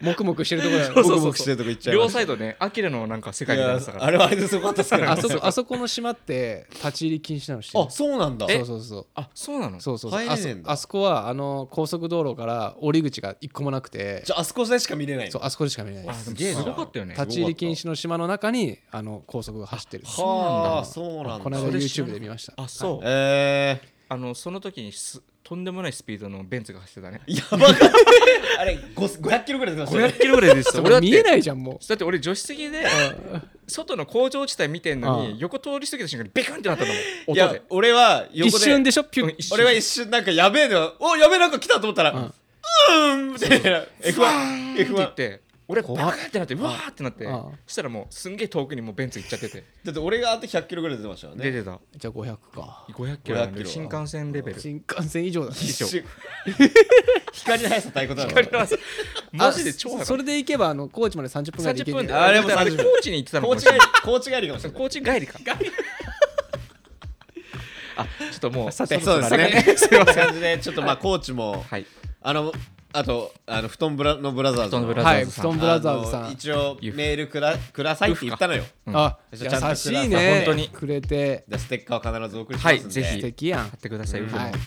Speaker 1: もくもくしてるところや
Speaker 3: そう
Speaker 1: ろ
Speaker 3: そう
Speaker 2: ボクボクしてるとこ行っちゃいま
Speaker 3: 両
Speaker 2: し
Speaker 3: サイドね、アキラのなんか世
Speaker 2: た
Speaker 3: 界
Speaker 2: い
Speaker 3: にな
Speaker 2: や
Speaker 3: ってたか
Speaker 2: あ
Speaker 3: ら。
Speaker 2: れはあれですごかったですから
Speaker 1: あ
Speaker 2: ね
Speaker 1: そこあそこの島って立ち入り禁止なのしてる
Speaker 2: あそうなんだ
Speaker 1: そうそうそう
Speaker 3: あ、そうなの
Speaker 1: そうそうそう
Speaker 2: 入れ
Speaker 1: あ
Speaker 2: ね
Speaker 1: そ
Speaker 2: えんだ
Speaker 1: あそこはあの高速道路から降り口が一個もなくて
Speaker 2: じゃああそこでしか見れないの
Speaker 1: そうあそこでしか見れ
Speaker 3: あ
Speaker 1: ない
Speaker 3: です
Speaker 2: げえな
Speaker 3: すごかったよね。
Speaker 1: 立ち入り禁止の島の中にあの高速が走ってる
Speaker 2: はあそうなんだ
Speaker 1: この間
Speaker 3: それ知
Speaker 1: YouTube
Speaker 3: らなかった
Speaker 1: で見ました
Speaker 3: あ、そう。
Speaker 2: え
Speaker 3: あの、その時にすとんでもないスピードのベンツが走ってたね。
Speaker 2: ー、やばかった あれご500キロぐらい出てましたよね
Speaker 3: 500キロぐらいです
Speaker 1: そ
Speaker 3: よ。
Speaker 1: こ
Speaker 3: 俺だって
Speaker 1: 見えないじゃんも
Speaker 3: だって俺助手席で外の工場地帯見てんの
Speaker 1: ああ
Speaker 3: に横通り過ぎた瞬間にビクンってなったの
Speaker 2: い
Speaker 3: 音
Speaker 2: や
Speaker 3: で
Speaker 2: 俺は横
Speaker 1: う
Speaker 2: で
Speaker 1: 一瞬でしょピュ
Speaker 3: うん
Speaker 1: ッ
Speaker 3: 一瞬
Speaker 2: 俺は一瞬なんかやべえのおやべえなんか来たと思ったら
Speaker 1: うん
Speaker 2: うんみたいな
Speaker 3: って言っ
Speaker 2: F1F1
Speaker 3: て俺ビクンってなってうわーってなって
Speaker 1: ああ
Speaker 3: そしたらもうすんげえ遠くにもうベンツ行っちゃってて
Speaker 2: だって俺があと100キロぐらい出てましたよ
Speaker 3: 出
Speaker 2: ね
Speaker 3: てた
Speaker 1: じゃあ500か
Speaker 3: 500キロなん
Speaker 2: 500キ
Speaker 3: で
Speaker 2: ロ
Speaker 3: 新幹線レベル
Speaker 1: 新幹線以上だね
Speaker 2: 一瞬光の速さ太鼓だな
Speaker 3: マジで超
Speaker 1: あ
Speaker 3: 速
Speaker 1: そ
Speaker 3: い
Speaker 1: れで行けばあの高知まで30分ぐらいで
Speaker 3: 30
Speaker 1: 行
Speaker 3: 分
Speaker 1: け
Speaker 3: で
Speaker 1: る
Speaker 2: あれも
Speaker 3: だから
Speaker 2: 30分
Speaker 3: 高知に行ってたのか
Speaker 2: 高
Speaker 3: も
Speaker 2: 知
Speaker 3: し
Speaker 2: 帰
Speaker 3: れ
Speaker 2: り
Speaker 3: ない
Speaker 2: 高知帰りかもしれない
Speaker 3: 高知帰りか あちょっともう
Speaker 2: さてそうですね
Speaker 3: すいません
Speaker 2: 感じでちょっとまあコーチも
Speaker 3: はい
Speaker 2: あのあとあの布団ブラのブラザーズ
Speaker 3: 布団ブラ
Speaker 1: はい
Speaker 3: ブラザ
Speaker 1: 布
Speaker 3: ーズさん
Speaker 1: 団ブラザーズさ
Speaker 2: あの
Speaker 1: ん
Speaker 2: 一応メールくらくださいって言ったのよ
Speaker 3: うん
Speaker 1: あ
Speaker 2: ちゃんとくだ
Speaker 1: 優
Speaker 2: さい
Speaker 1: しいね
Speaker 3: 本当に
Speaker 1: くれて
Speaker 2: でステッカーを必ずお送りしま
Speaker 3: は
Speaker 2: す
Speaker 3: い
Speaker 2: んで
Speaker 3: ぜひ
Speaker 1: 素敵やん
Speaker 3: 買ってくださいウフ
Speaker 1: はい
Speaker 3: も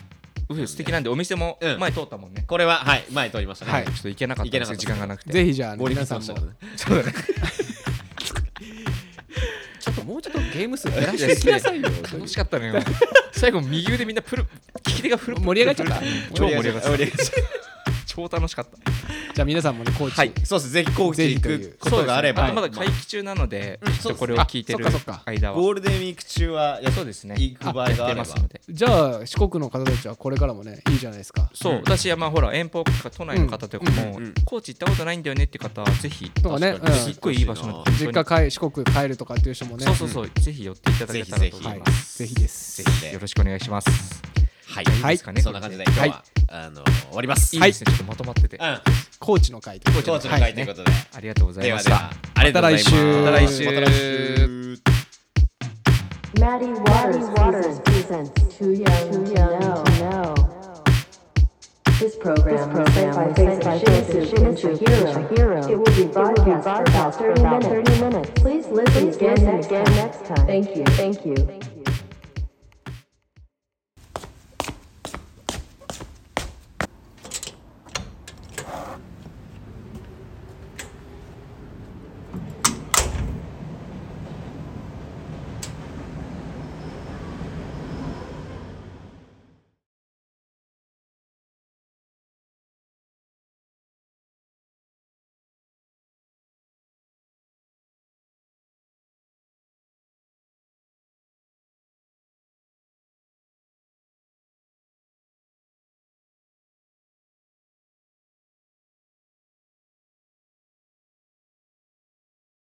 Speaker 3: ウフ素敵なんでお店も
Speaker 2: うん
Speaker 3: 前通ったもんね
Speaker 2: これははい前通りましたね
Speaker 1: は
Speaker 3: ちょっと行けなかったんですよ
Speaker 2: 行
Speaker 3: 時
Speaker 2: けな
Speaker 3: 間
Speaker 2: か
Speaker 3: が
Speaker 2: っ
Speaker 3: なくて
Speaker 1: ぜひじゃあね
Speaker 2: ご利用
Speaker 1: 皆
Speaker 2: さ
Speaker 1: さ
Speaker 2: ん
Speaker 1: ん
Speaker 2: も
Speaker 1: も
Speaker 3: そうだね
Speaker 1: ちょっともうちょっとゲーム数減ら
Speaker 3: い
Speaker 1: し
Speaker 3: や
Speaker 1: ていきなさいよ
Speaker 3: 楽しかったのよ。最後、右腕みんなプル、利き手がプルプル
Speaker 1: 盛り上がっちゃった
Speaker 3: 超盛り上がっ ちゃっ
Speaker 2: 盛り上がっちゃった
Speaker 3: た。超楽しかった。
Speaker 1: じゃあ皆さんもねコーチ
Speaker 3: はい
Speaker 2: そうですぜひ高知行くことがあれ
Speaker 3: そう
Speaker 2: ば、
Speaker 3: ですねまだ会期中なので、
Speaker 2: うん
Speaker 3: きっとこれを聞いてる
Speaker 1: あそっかそっか
Speaker 3: 間
Speaker 2: ゴ
Speaker 3: は
Speaker 2: ールデンウィーク中はやっ
Speaker 3: そうですね
Speaker 2: 行く場合があ
Speaker 3: やっ
Speaker 2: れ
Speaker 3: て
Speaker 2: ば
Speaker 3: ますので。
Speaker 1: じゃあ四国の方たちはこれからもねいいじゃないですか
Speaker 3: そう、私はまあほら遠方とか都内の方とかも、
Speaker 2: うんうん
Speaker 3: 高知行ったことないんだよねっていう方はぜひ、
Speaker 1: とかね
Speaker 3: 確かに
Speaker 1: うん
Speaker 3: すっごいいい場所なんで
Speaker 1: 実家帰四国帰るとかっていう人もね
Speaker 3: そうそうそう、ぜひ寄っていただけたらと思
Speaker 2: ぜ
Speaker 3: い
Speaker 1: は
Speaker 3: ま
Speaker 1: い
Speaker 3: す。
Speaker 1: ぜひです
Speaker 2: ぜひね
Speaker 3: よろしくお願いします。
Speaker 2: はい、
Speaker 3: いですかね
Speaker 2: そんな感じで今日は、
Speaker 1: はい
Speaker 2: あの終わります
Speaker 3: いいですね、ちょっとまとまってて。
Speaker 2: うん
Speaker 1: コーチの会ということで
Speaker 2: コーチの会ということで、
Speaker 3: ありがとうござい
Speaker 2: で
Speaker 3: ま
Speaker 2: は
Speaker 3: し
Speaker 2: で
Speaker 3: た。
Speaker 2: はありがとうございます
Speaker 1: また来週
Speaker 2: また来週
Speaker 4: Maddie Waters, presents Too Young, too young to Know. This program is made by Face by Face and Shinichi Hero. It will be broadcast for about 30 minutes. Please listen again next time. Thank you. Thank you.